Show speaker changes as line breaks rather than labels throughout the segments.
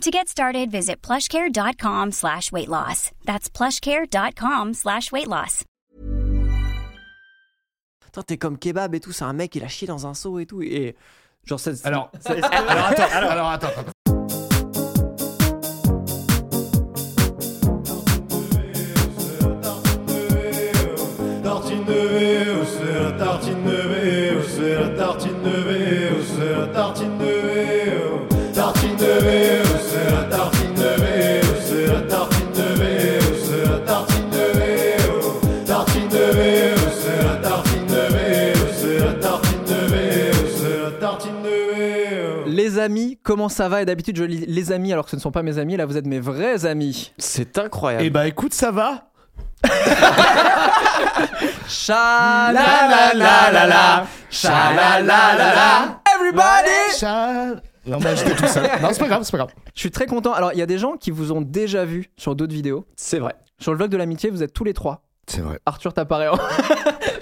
To get started, visit plushcare.com slash weight loss. That's plushcare.com slash weight loss.
Putain, T'es comme kebab et tout, c'est un mec, il a chié dans un seau et tout. Et genre, cette-
Alors,
c'est-
alors attends, alors, alors, attends, attends.
Tartine de Véo, c'est la tartine de Véo, c'est la tartine de Véo, c'est la tartine de Véo. Tartine de Véo, c'est la tartine de Véo, c'est la tartine de Véo, c'est la tartine de Véo. Tartine de Véo, c'est la tartine de Véo, c'est la tartine de Véo, c'est la tartine de Véo.
Les amis, comment ça va Et d'habitude, je lis les amis alors que ce ne sont pas mes amis. Là, vous êtes mes vrais amis. ben,
C'est incroyable.
Eh bah écoute, ça va
Cha
cha la la la la.
Everybody
Cha- Non, bah, j'étais tout seul. Non, c'est pas grave, c'est pas grave.
Je suis très content. Alors, il y a des gens qui vous ont déjà vu sur d'autres vidéos.
C'est vrai.
Sur le vlog de l'amitié, vous êtes tous les trois.
C'est vrai.
Arthur t'apparaît en.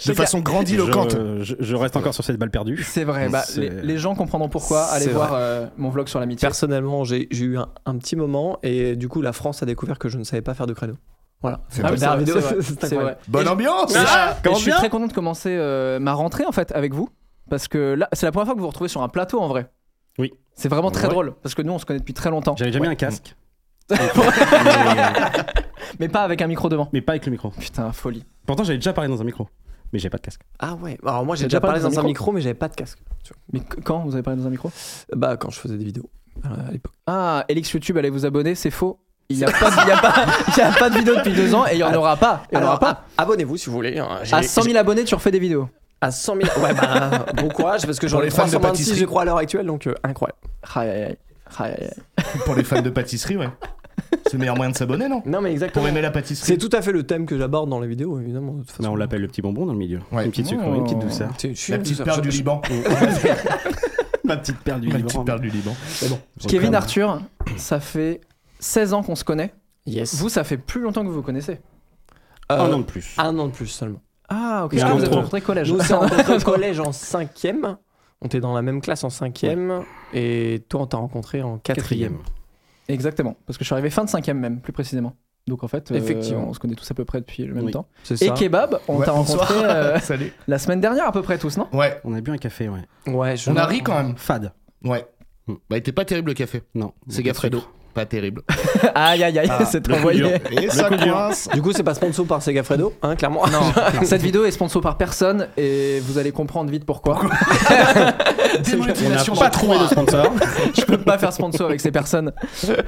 De façon grandiloquente.
Je, je- je reste encore sur cette balle perdue.
C'est vrai, bah,
C'est-
les, les gens comprendront pourquoi. Allez
C'est
voir euh, mon vlog sur l'amitié.
Personnellement, j'ai j'ai eu un, un petit moment et du coup, la France a découvert que je ne savais pas faire de créneau. Voilà.
C'est
La
vrai.
dernière
Ah, C'est
vidéo,
vrai,
c'est
C'est
incroyable.
vrai.
Bonne ambiance
Et je suis très content de commencer euh, ma rentrée en fait avec vous parce que là c'est la première fois que vous vous retrouvez sur un plateau en vrai.
Oui.
C'est vraiment très
Ouais.
drôle parce que nous on se connaît depuis très longtemps.
J'avais jamais un casque,
Mais pas avec un micro devant.
mais pas avec le micro.
Putain, folie.
Pourtant, j'avais déjà parlé dans un micro, mais j'avais pas de casque.
Ah ouais. Alors, moi, j'ai
T'as
déjà
déjà
parlé
parlé
dans un micro,
micro
mais j'avais pas de casque. tu
Mais qu- quand vous avez parlé dans un micro
vois. Bah, quand je faisais des vidéos euh, à l'époque.
Ah, Elix YouTube, allez vous abonner, c'est faux. Il n'y a, pas de- il y a pas- il y a pas de vidéo depuis deux ans et il n'y en aura pas. Il y en aura pas.
a- abonnez-vous si vous voulez. hein. Ah. J'ai-
À 100 000 abonnés, tu refais des vidéos.
À 100 000. Ouais, bah, bon courage, parce que j'en
Pour
ai
les fans de
326,
pâtisserie.
je crois, à l'heure actuelle, donc euh, incroyable.
Aïe, aïe, aïe. Aïe, aïe, aïe.
Pour les fans de pâtisserie, ouais. C'est le meilleur moyen de s'abonner, non
Non, mais
Pour
exactement.
aimer la
C'est
pâtisserie.
tout à fait le thème que j'aborde dans les vidéos, évidemment. De toute façon.
Là, on l'appelle le petit bonbon dans le milieu.
Ouais.
Une petite sucre,
Oh.
une petite douceur.
T'es- je suis
La
une
petite
douceur,
perle
je-
du Liban.
Ma petite perle du
La petite perle du Liban.
Kevin Arthur, ça fait 16 ans qu'on se connaît.
Yes.
Vous, ça fait plus longtemps que vous vous connaissez.
Euh,
Un an de plus.
un an de plus seulement.
Ah, ok.
Mais
Parce que
en
vous êtes
gros,
rentrés collège.
Nous, on s'est rencontrés au collège en cinquième. On était dans la même classe en cinquième. Et toi, on t'a rencontré en quatrième.
Exactement, parce que je suis arrivé fin de cinquième même, plus précisément. Donc en fait, euh,
Effectivement.
on se connaît tous à peu près depuis le même
Oui.
temps.
C'est
Et
ça.
Kebab, on
Ouais,
t'a
bonsoir.
rencontré euh,
Salut.
la semaine dernière à peu près tous, non
Ah Ouais.
On a bu un café, ouais.
Ouais, je-
On a ri quand même.
Fade.
Ouais.
Hmm.
Bah, il était pas terrible le café.
Non.
C'est Gaffredo.
Pas terrible.
Aïe aïe aïe, c'est
le coup
envoyé.
dur.
Et ça
coup dur.
coince.
Du coup, c'est pas sponsor par Segafredo, hein, clairement.
Cette vidéo est sponsor par personne et vous allez comprendre vite pourquoi.
On a
Démonétisation hein.
pas trouvé de sponsor.
je peux pas faire sponsor avec ces personnes.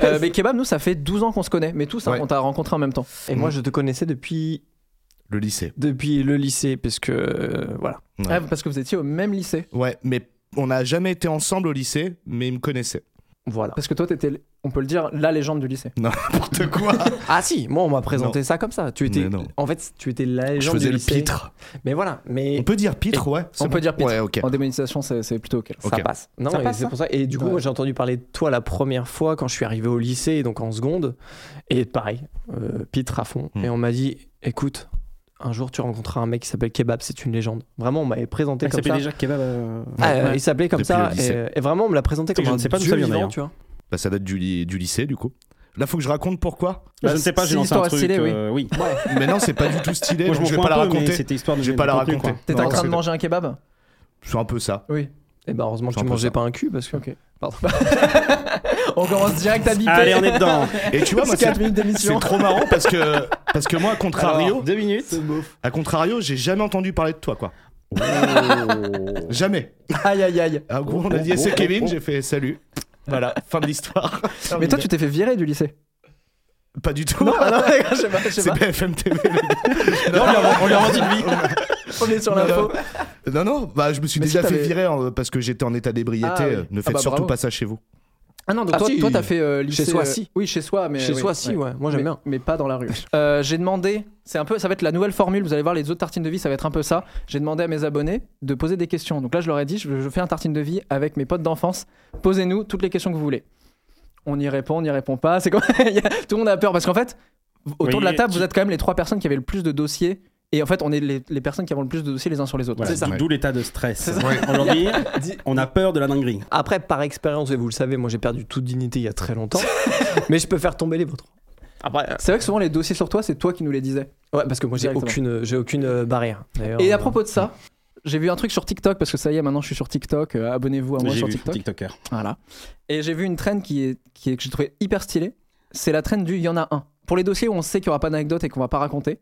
Euh, mais Kebab, nous, ça fait 12 ans qu'on se connaît, mais tous, hein,
Ouais.
on t'a rencontré en même temps.
Et moi, je te connaissais depuis,
Le lycée.
depuis le lycée, parce que. euh, voilà.
Ouais.
Ah, parce que vous étiez au même lycée.
Ouais, mais on n'a jamais été ensemble au lycée, mais il me connaissait.
Voilà.
Parce que toi, t'étais, on peut le dire, la légende du lycée.
N'importe quoi.
Ah si, moi on m'a présenté ça comme ça. Tu étais,
Mais non.
en fait, tu étais la
Je
légende
faisais
du
le
lycée.
pitre.
Mais voilà, mais
On peut dire pitre, ouais. c'est
On peut dire pitre.
Ouais, ok.
En démonétisation, c'est c'est plutôt ok.
ça
ok.
passe. Non,
Ça
mais
passe,
c'est
ça
pour ça. Et du coup,
Ouais.
moi j'ai entendu parler de toi la première fois quand je suis arrivé au lycée, donc en seconde. Et pareil, euh, pitre à fond.
Hmm.
Et on m'a dit, écoute, un jour tu rencontreras un mec qui s'appelle Kebab, c'est une légende. Vraiment, on m'avait présenté
Il
comme ça.
s'appelait déjà Kebab. euh,
Ah, euh,
ouais.
Il s'appelait comme
Depuis
ça.
le lycée.
Et, et vraiment, on me l'a présenté
C'est que
comme
je
un
ne sais pas d'où
dieu
ça vient,
vivant,
d'ailleurs.
tu vois.
Bah, ça date du, ly- du lycée, du coup. Là, faut que je raconte pourquoi.
Je ne sais pas, j'ai
C'est
lancé un
l'histoire
truc.
stylée, oui.
euh, oui.
Mais non, c'est pas du tout stylé.
Moi,
donc
je
je,
m'en
vais
fous
pas la
un peu, mais
raconter.
c'était histoire de
Je vais pas la
de contenu,
raconter.
quoi.
T'étais
Non,
en train
c'est
de manger un kebab
C'est un peu ça.
Oui.
Et bah, heureusement que
C'est
tu
un peu
mangeais
ça.
pas un cul parce que.
Ok.
Pardon.
On commence direct à biper.
Allez, on est dedans.
Et tu vois, moi, c'est
4 minutes d'émission.
c'est trop marrant parce que, parce que moi, à contrario,
Alors, Deux minutes.
à contrario, j'ai jamais entendu parler de toi, quoi. Jamais.
Aïe aïe aïe.
Un coup, on a dit, Eh, c'est Kevin, j'ai fait salut. Voilà, fin de l'histoire.
Mais toi, tu t'es fait virer du lycée.
Pas du tout.
Ah je sais pas, je sais
c'est
pas.
BFM TV.
on lui a- on lui a rendu de vie. on est sur l'info.
Non, non, bah, je me suis
Mais
déjà
si
fait
t'avais-
virer euh, parce que j'étais en état d'ébriété.
Ah, oui.
euh, Ne
Ah,
faites
bah,
surtout
bravo.
pas ça chez vous.
Ah non, donc
Ah,
toi,
si,
toi,
toi, t'as fait euh, lycée,
soi,
euh,
si.
Oui, chez soi, mais.
Chez
oui,
soi, si, ouais. Moi, j'aime
Mais-
bien.
Mais pas dans la rue. Euh, j'ai demandé, c'est un peu, ça va être la nouvelle formule, vous allez voir, les autres tartines de vie, ça va être un peu ça. J'ai demandé à mes abonnés de poser des questions. Donc là, je leur ai dit, je, je fais un tartine de vie avec mes potes d'enfance. Posez-nous toutes les questions que vous voulez. On y répond, on n'y répond pas. C'est quoi Il y a- Tout le monde a peur parce qu'en fait, autour
Oui,
de la table,
tu-
vous êtes quand même les trois personnes qui avaient le plus de dossiers. Et en fait, on est les, les personnes qui avons le plus de dossiers les uns sur les autres.
Voilà,
C'est ça.
d'où- D'où l'état de stress.
Ouais.
Aujourd'hui, on a peur de la dinguerie.
Après, par expérience, et vous le savez, moi j'ai perdu toute dignité il y a très longtemps, mais je peux faire tomber les vôtres. Après,
C'est vrai que souvent, les dossiers sur toi, c'est toi qui nous les disais.
ouais, parce que moi j'ai
Directement.
aucune, j'ai aucune euh, barrière. D'ailleurs,
Et à
euh,
propos de ça, j'ai vu un truc sur TikTok parce que ça y est, maintenant je suis sur TikTok. euh, Abonnez-vous à moi
J'ai
sur
vu
TikTok.
TikToker.
Voilà. Et j'ai vu une traîne qui est, qui est- que j'ai trouvé hyper stylée. C'est la traîne du il y en a un. Pour les dossiers où on sait qu'il n'y aura pas d'anecdote et qu'on va pas raconter,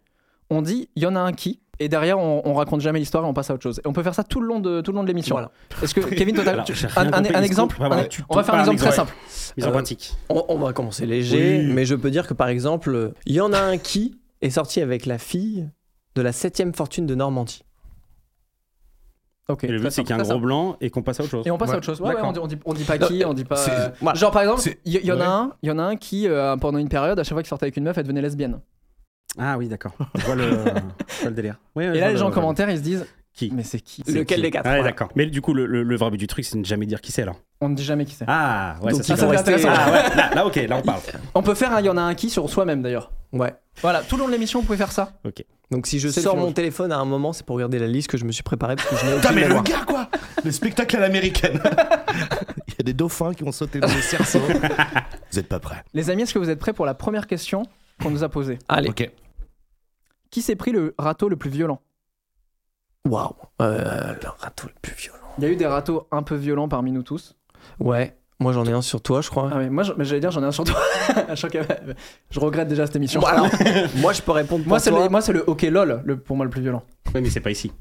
on dit il y en a un qui. Et derrière, on, on raconte jamais l'histoire et on passe à autre chose. Et on peut faire ça tout le long de tout le long de l'émission.
Voilà.
Est-ce que Kevin, toi, t'as-
Alors,
tu-
j'ai
un,
rien
un-
compris,
un
il se
exemple
trouve- vraiment,
un-
bah, tu
On va
te
faire un
parles,
exemple très
ouais.
simple.
Ils en
Euh,
pratique.
on, on va commencer léger,
Oui.
mais je peux dire que par exemple, euh, il y en a un qui est sorti avec la fille de la 7 fortune de Normandie.
Ok.
Et le
très
but, c'est
simple,
qu'il y a un
très
gros
simple.
blanc et qu'on passe à autre chose.
Et on passe à
Ouais,
autre chose. Ouais, ouais,
d'accord.
on, dit, on dit- on dit pas qui, on dit pas.
c'est-
euh,
voilà.
Genre par exemple,
c'est-
il y, il y en a
Ouais.
un, il y en a un qui euh, pendant une période, à chaque fois qu'il sortait avec une meuf, elle devenait lesbienne.
Ah oui, d'accord. Je vois le, je vois le délire. Ouais, ouais,
Et
je
là,
vois
les
le-
gens en
je vois le-
commentaire, ils se disent
Qui
Mais c'est qui
C'est
Lequel
qui
des quatre,
Ah, ouais,
voilà.
d'accord. Mais du coup, le, le- le vrai but du truc, c'est de ne jamais dire qui c'est là.
On ne dit jamais qui c'est.
Ah, ouais,
Donc,
ça,
il
c'est
faut
bon.
rester-
Ah, ouais, là, là, ok, là, on parle.
On peut faire un il y en a un qui sur soi-même d'ailleurs.
Ouais.
Voilà, tout le long de l'émission, vous pouvez faire ça.
Donc si je
C'est le
sors
film.
mon téléphone à un moment, c'est pour regarder la liste que je me suis préparée parce que je n'ai
Putain,
aucune
mais le
mémoire.
gars, quoi Le spectacle à l'américaine Il y a des dauphins qui ont sauté dans les cerceaux. Vous êtes pas prêts.
Les amis, est-ce que vous êtes prêts pour la première question qu'on nous a posée
Allez.
Ok.
Qui s'est pris le râteau le plus violent
Waouh. Euh, le râteau le plus violent.
Il y a eu des râteaux un peu violents parmi nous tous.
Ouais. Moi j'en ai un sur toi, je crois.
Ah mais moi, je- mais j'allais dire, j'en ai un sur toi. À chaque- je regrette déjà cette émission.
Bon, alors, Ah, moi je peux répondre pour
Moi, c'est
toi.
le, moi, c'est le OK LOL, le, pour moi, le plus violent.
Ouais, mais c'est pas ici.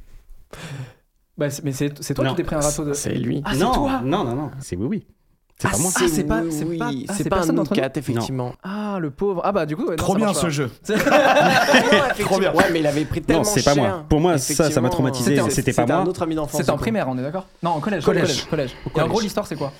Bah, c'est- mais c'est c'est toi
Non.
qui t'es pris un râteau de.
C'est lui.
Ah, c'est
non,
toi
non, non, non. C'est oui, oui. C'est
Ah,
pas moi.
c'est- pas- c'est
oui,
pas- ah,
oui,
c'est
c'est pas un
personne
de nous
d'entre nous
quatre, effectivement.
Ah, le pauvre. Ah bah, du coup, ouais, non,
Trop
ça
bien
marche
ce
pas.
jeu.
Trop bien. Ouais, mais il avait pris tellement
Non, c'est pas
cher.
moi. Pour moi, ça, ça m'a traumatisé.
Effectivement,
C'était-
C'était pas
C'était
moi.
un autre ami d'enfance.
C'était en
du coup.
primaire, on est d'accord Non, en collège.
Collège.
Collège. collège. Et en
collège.
gros, l'histoire, c'est quoi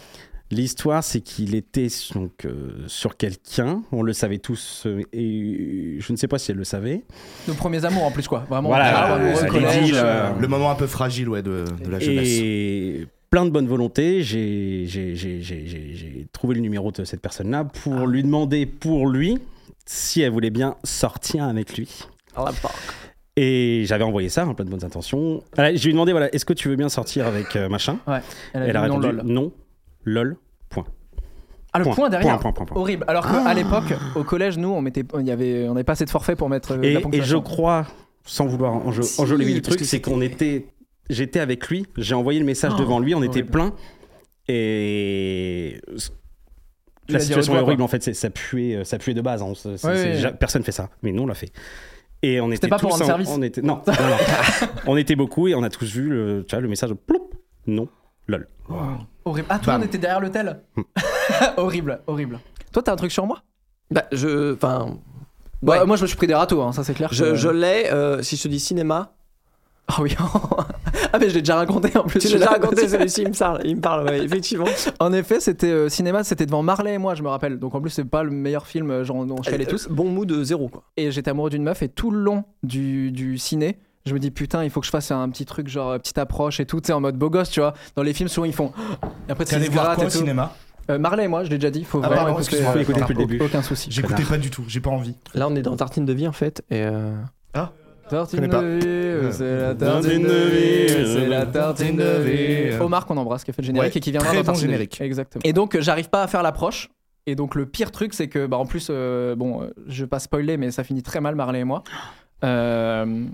L'histoire, c'est qu'il était donc, euh, sur quelqu'un. On le savait tous. euh, et je ne sais pas si elle le savait.
Nos premiers amours en plus, quoi. Vraiment.
Voilà,
Ah, ouais,
euh,
ouais,
ça
collège.
l'exige, euh,
Le moment un peu fragile ouais, de, de la jeunesse.
Et plein de bonne volonté, j'ai- j'ai j'ai- j'ai- j'ai- j'ai trouvé le numéro de cette personne-là pour
Ah.
lui demander pour lui si elle voulait bien sortir avec lui.
Ah, la porte.
Et j'avais envoyé ça, hein, plein de bonnes intentions. Voilà, je lui ai demandé, voilà, est-ce que tu veux bien sortir avec euh, machin
Elle a
Elle a
dit non,
répondu
lol.
non, lol. Point.
Ah, le point, derrière.
Point, point, point, point.
Horrible. Alors qu'à l'époque, au collège, nous, on mettait, il y avait, on n'avait pas assez de forfait pour mettre euh,
Et,
la
et je
ponctuation.
crois, sans vouloir en jeu,
Si,
le
parce
truc,
que
c'est qu'on était, j'étais avec lui, j'ai envoyé le message
Oh,
devant lui, on était
horrible.
plein, et
Tu l'as dit
la
à
situation
haute
est
voix,
horrible en fait, c'est- ça puait, euh, ça puait de base, hein, c'est- c'est-
Ouais,
c'est-
ouais.
ja- personne fait ça, mais nous on l'a fait. Et on était
pas pour
tous
rendre
en-
service.
On était, non, non, non. on était beaucoup et on a tous vu le, tu vois, le message, ploup, non, lol.
Horrible. Ah, toi, on était derrière le tel. horrible, horrible. Toi, t'as un truc sur moi
Bah, je. Enfin.
Bah,
Ouais.
Moi, je me suis pris des râteaux, hein, ça c'est clair.
Je,
que-
je l'ai, euh, si je te dis cinéma.
Ah oui. ah, mais je l'ai déjà raconté en plus.
Tu l'as déjà
celui-là.
raconté, celui-ci, il me parle, il me parle ouais, effectivement.
En effet, c'était euh, cinéma, c'était devant Marley et moi, je me rappelle. Donc en plus, c'est pas le meilleur film, euh, genre on chialait tous.
Bon mood euh, zéro, quoi.
Et j'étais amoureux d'une meuf et tout le long du, du ciné, je me dis putain, il faut que je fasse un petit truc genre euh, petite approche et tout, tu sais en mode beau gosse, tu vois. Dans les films souvent ils font et après
T'es
tu
allé
sais, ils
voir
grattent
quoi
et
au
tout.
cinéma
Euh, Marley et moi, je l'ai déjà dit, faut
Ah,
vraiment
pardon,
écouter,
excuse-moi,
euh,
écoutez depuis le début.
Aucun souci.
J'écoutais pas du tout, j'ai pas envie.
Là, on est dans Tartine de vie, en fait. Et euh,
Tartine
Ah, connais pas. Ah.
de vie, euh, c'est la
Tartine
tartine
de vie,
de vie,
euh,
c'est la tartine de vie.
euh.
Omar qu'on embrasse qui a fait le générique
Ouais,
et qui viendra
très
dans
bon
Tartine de vie.
générique.
Exactement. Et donc euh, j'arrive pas à faire l'approche. Et donc le pire truc c'est que bah en plus euh, bon euh, je vais pas spoiler mais ça finit très mal Marley et moi. Euh,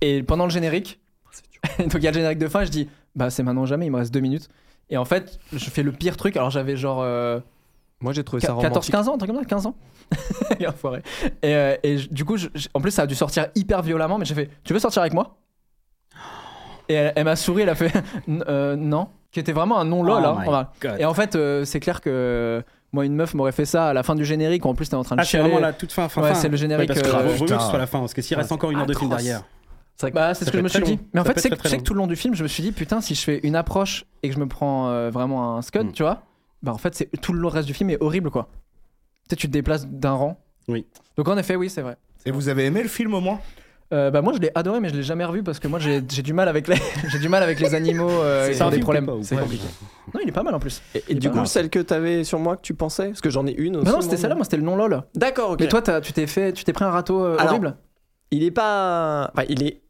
et pendant le générique donc il y a le générique de fin je dis bah c'est maintenant ou jamais il me reste deux minutes. Et en fait je fais le pire truc alors j'avais genre euh,
moi, j'ai trouvé ça romantique.
14-15 ans, un truc comme ça, 15 ans. Il est enfoiré. Et, euh, et je- du coup, je- je- en plus, ça a dû sortir hyper violemment, mais j'ai fait Tu veux sortir avec moi Et elle, elle m'a souri, elle a fait N- euh, Non. Qui était vraiment un non-lol.
Oh
hein,
my
on va-
God.
Et en fait, euh, c'est clair que moi, une meuf m'aurait fait ça à la fin du générique, en plus, t'es en train de
Ah, c'est
chialer.
vraiment la toute fin, fin,
Ouais,
fin.
c'est le générique,
parce que
euh,
vaut mieux que
putain.
ce soit la fin, parce que s'il reste encore une heure de film
atroce.
derrière.
Bah, c'est ce
Ça
que je
peut
me
être
suis
très
dit.
long.
Mais en
Ça
fait,
peut
c'est
être
que,
très,
c'est
très
que
long.
tout le long du film, je me suis dit, putain, si je fais une approche et que je me prends euh, vraiment un scud,
Mm.
tu vois, bah en fait, c'est tout le reste du film est horrible quoi. Tu sais, tu te déplaces d'un rang.
Oui.
Donc en effet, oui, c'est vrai.
Et vous avez aimé le film au moins
Euh, bah moi je l'ai adoré mais je l'ai jamais revu parce que moi j'ai j'ai du mal avec les j'ai du mal avec les animaux euh,
C'est
ils ont
un
des
film
problèmes
qui est pas ouf.
c'est
Ouais.
compliqué non il est pas mal en plus
Et, et
Il est
du
pas
coup,
mal.
celle que t'avais sur moi que tu pensais Parce que j'en ai une aussi.
Bah non
moi,
c'était
mais-
celle-là moi c'était le non lol
D'accord, ok.
mais toi t'as- tu t'es fait tu t'es pris un râteau euh,
Alors,
horrible
il est pas. Enfin, il est.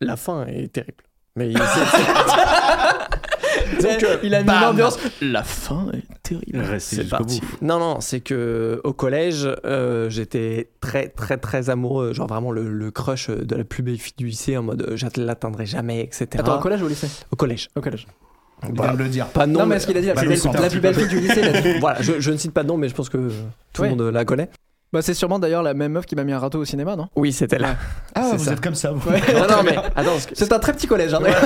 La fin est terrible. Mais il... c'est- c'est- Donc, euh,
il a mis
bam.
l'ambiance la fin est terrible
Restez
C'est
jusqu'au
parti.
bout.
Non, non, c'est que au collège, euh, j'étais très, très, très amoureux. Genre vraiment le, le crush euh, de la plus belle fille du lycée en mode euh, je ne l'atteindrai jamais, etc.
attends au collège ou au lycée
Au collège.
ben. au collège
Il
Voilà.
vient de le dire.
Pas de
non,
nom,
mais ce qu'il a dit la
Bah,
plus
le
belle-
centre,
la
tu
plus belle
peux-
fille du lycée il a dit.
voilà, je, je ne cite pas de nom, mais je pense que euh, tout le
Ouais.
monde la connaît.
bah c'est sûrement d'ailleurs la même meuf qui m'a mis un râteau au cinéma non
Oui, c'était là.
Ah,
C'est
vous
ça.
êtes comme ça. Vous.
non, non, mais attends, ce que-
c'est un très petit collège hein, d'ailleurs.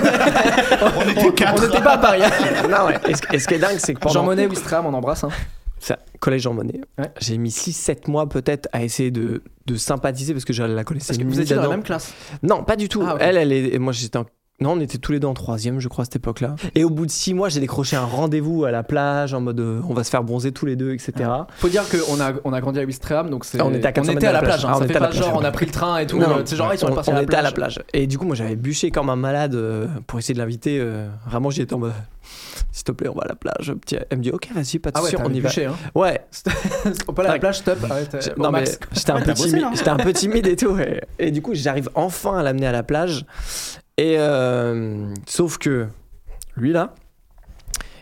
On était
on
quatre.
n'était pas à Paris hein.
non, ouais. Et ce, et ce qui est dingue, c'est que pendant.
Jean Monnet Wistram on embrasse hein.
Ça, collège Jean Monnet.
Ouais.
J'ai mis 6-7 mois peut-être à essayer de, de sympathiser parce que je la connaissais
parce que vous
ni
étiez dans la
d'Adam.
même classe
Non, pas du tout.
Ah, ok.
Elle, elle est. et Moi, j'étais en. Non, on était tous les deux en troisième, je crois, à cette époque-là. Et au bout de six mois, j'ai décroché un rendez-vous à la plage en mode euh, on va se faire bronzer tous les deux, etc.
Faut dire qu'on a, on a grandi à Wistreham, donc c'est.
Ah, on était à 400
était à la plage. hein.
Ah, on
ça
était
fait
à la
pas
plage,
genre on
ouais.
a pris le train et tout.
Non, non.
euh, C'est genre ils sont
on,
partis
on
à la
était à
plage.
la plage. Et du coup, moi, j'avais bûché comme un malade euh, pour essayer de l'inviter. euh, vraiment, j'y étais en mode s'il te plaît, on va à la plage. petit- Elle me dit ok, vas-y, pas de
Ah ouais,
souci,
t'as
on y va.
bûché, hein.
Ouais,
On peut aller à la
Tac.
plage, stop. arrête, euh,
J'ai-
au
non, mais
max.
j'étais un,
Ouais,
peu
t'as bossé,
timide-
hein.
j'étais un peu timide et tout. Et, et du coup, j'arrive enfin à l'amener à la plage. Et euh, sauf que lui là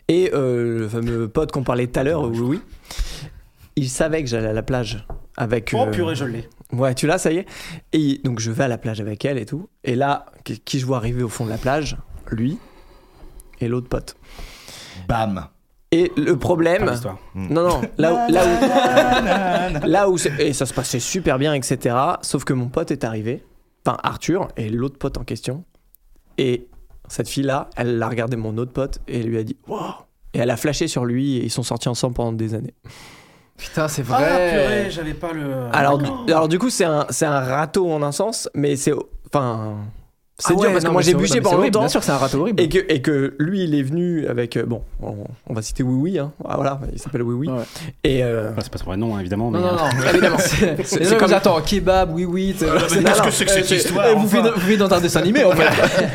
et euh, le fameux pote qu'on parlait tout à l'heure, Louis, il savait que j'allais à la plage avec.
Oh
euh,
purée, je l'ai.
Ouais, tu l'as, ça y est. Et donc je vais à la plage avec elle et tout. Et là, qui, qui je vois arriver au fond de la plage Lui et l'autre pote.
Bam.
Et le
Fin de
problème.
l'histoire.
Non, non, là où- là où, Là où c'est- et ça se passait super bien, etc. Sauf que mon pote est arrivé, enfin Arthur et l'autre pote en question. Et cette fille-là, elle a regardé mon autre pote et lui a dit waouh. Et elle a flashé sur lui et ils sont sortis ensemble pendant des années.
Putain, c'est
Ah
vrai.
purée, j'avais pas le.
Ah,
alors, du, alors du coup, c'est un, c'est un râteau en un sens, mais c'est enfin c'est
Ah
dur
ouais,
parce
non,
que moi
mais
j'ai
c'est
bûché
horrible,
pendant
mais c'est horrible,
longtemps.
Bien sûr, que c'est un râteau horrible.
Et que, et que lui, il est venu avec. euh, Bon, on, on va citer Oui Oui, hein. Ah, voilà, il s'appelle Oui Oui.
Ouais.
Et euh,
Ah, c'est pas son vrai nom, hein, évidemment.
Non,
mais,
non,
euh,
non, évidemment. C'est
c'est
c'est comme
comme-
j'attends kebab, oui, oui. t'es-
Ah, mais
Non,
qu'est-ce
non,
que c'est que cette
euh,
histoire,
euh,
enfin
Vous vivez- vous vivez dans un dessin animé en fait.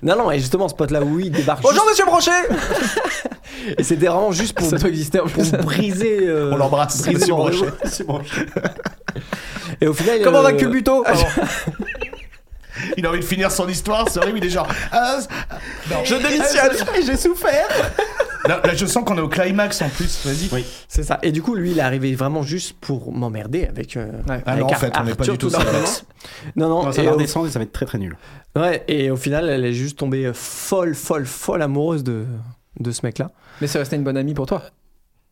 non, non, et justement, ce pote-là, Oui Oui, débarque.
Bonjour monsieur Brochet
juste- Et c'était vraiment juste pour
Ça doit exister en
pour
plus.
briser. euh,
On
Oh
l'embrasse.
briser
Monsieur
mon
Brochet.
réseau. Et au final,
Comment va
euh,
Culbuto
Il a envie de finir son histoire, c'est horrible, il est genre. Ah,
Je démissionne.
j'ai souffert là, là, je sens qu'on est au climax en plus, vas-y.
Oui.
C'est ça. Et du coup, lui, il est arrivé vraiment juste pour m'emmerder avec. euh,
Ouais.
Ah non,
avec
en fait, on n'est pas
Arthur,
du tout ça.
simplement. Non, non.
Non, ça
et,
va
au...
redescendre et ça va être très très nul.
ouais, et au final, elle est juste tombée folle, folle, folle amoureuse de, de ce mec-là.
Mais c'est resté une bonne amie pour toi.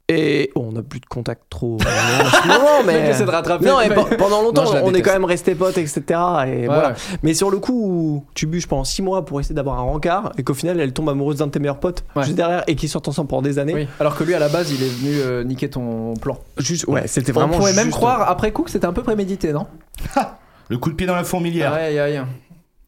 Et oh, on n'a plus de contact trop euh, en ce moment, mais. euh,
mec essaie de rattraper.
Non, et pe- pendant longtemps,
Non, je la
on est
déteste.
quand même restés potes, etc. Et
Ouais,
voilà.
ouais.
Mais sur le coup, où tu bûches pendant 6 mois pour essayer d'avoir un rencard et qu'au final, elle tombe amoureuse d'un de tes meilleurs potes
Ouais.
juste derrière et qui sortent ensemble pendant des années.
Oui. Alors que lui à la base il est venu euh, niquer ton plan.
Juste, ouais, c'était vraiment.
On pourrait même
juste-
croire après coup que c'était un peu prémédité, non
Le coup de pied dans la fourmilière.
Aïe, aïe, aïe.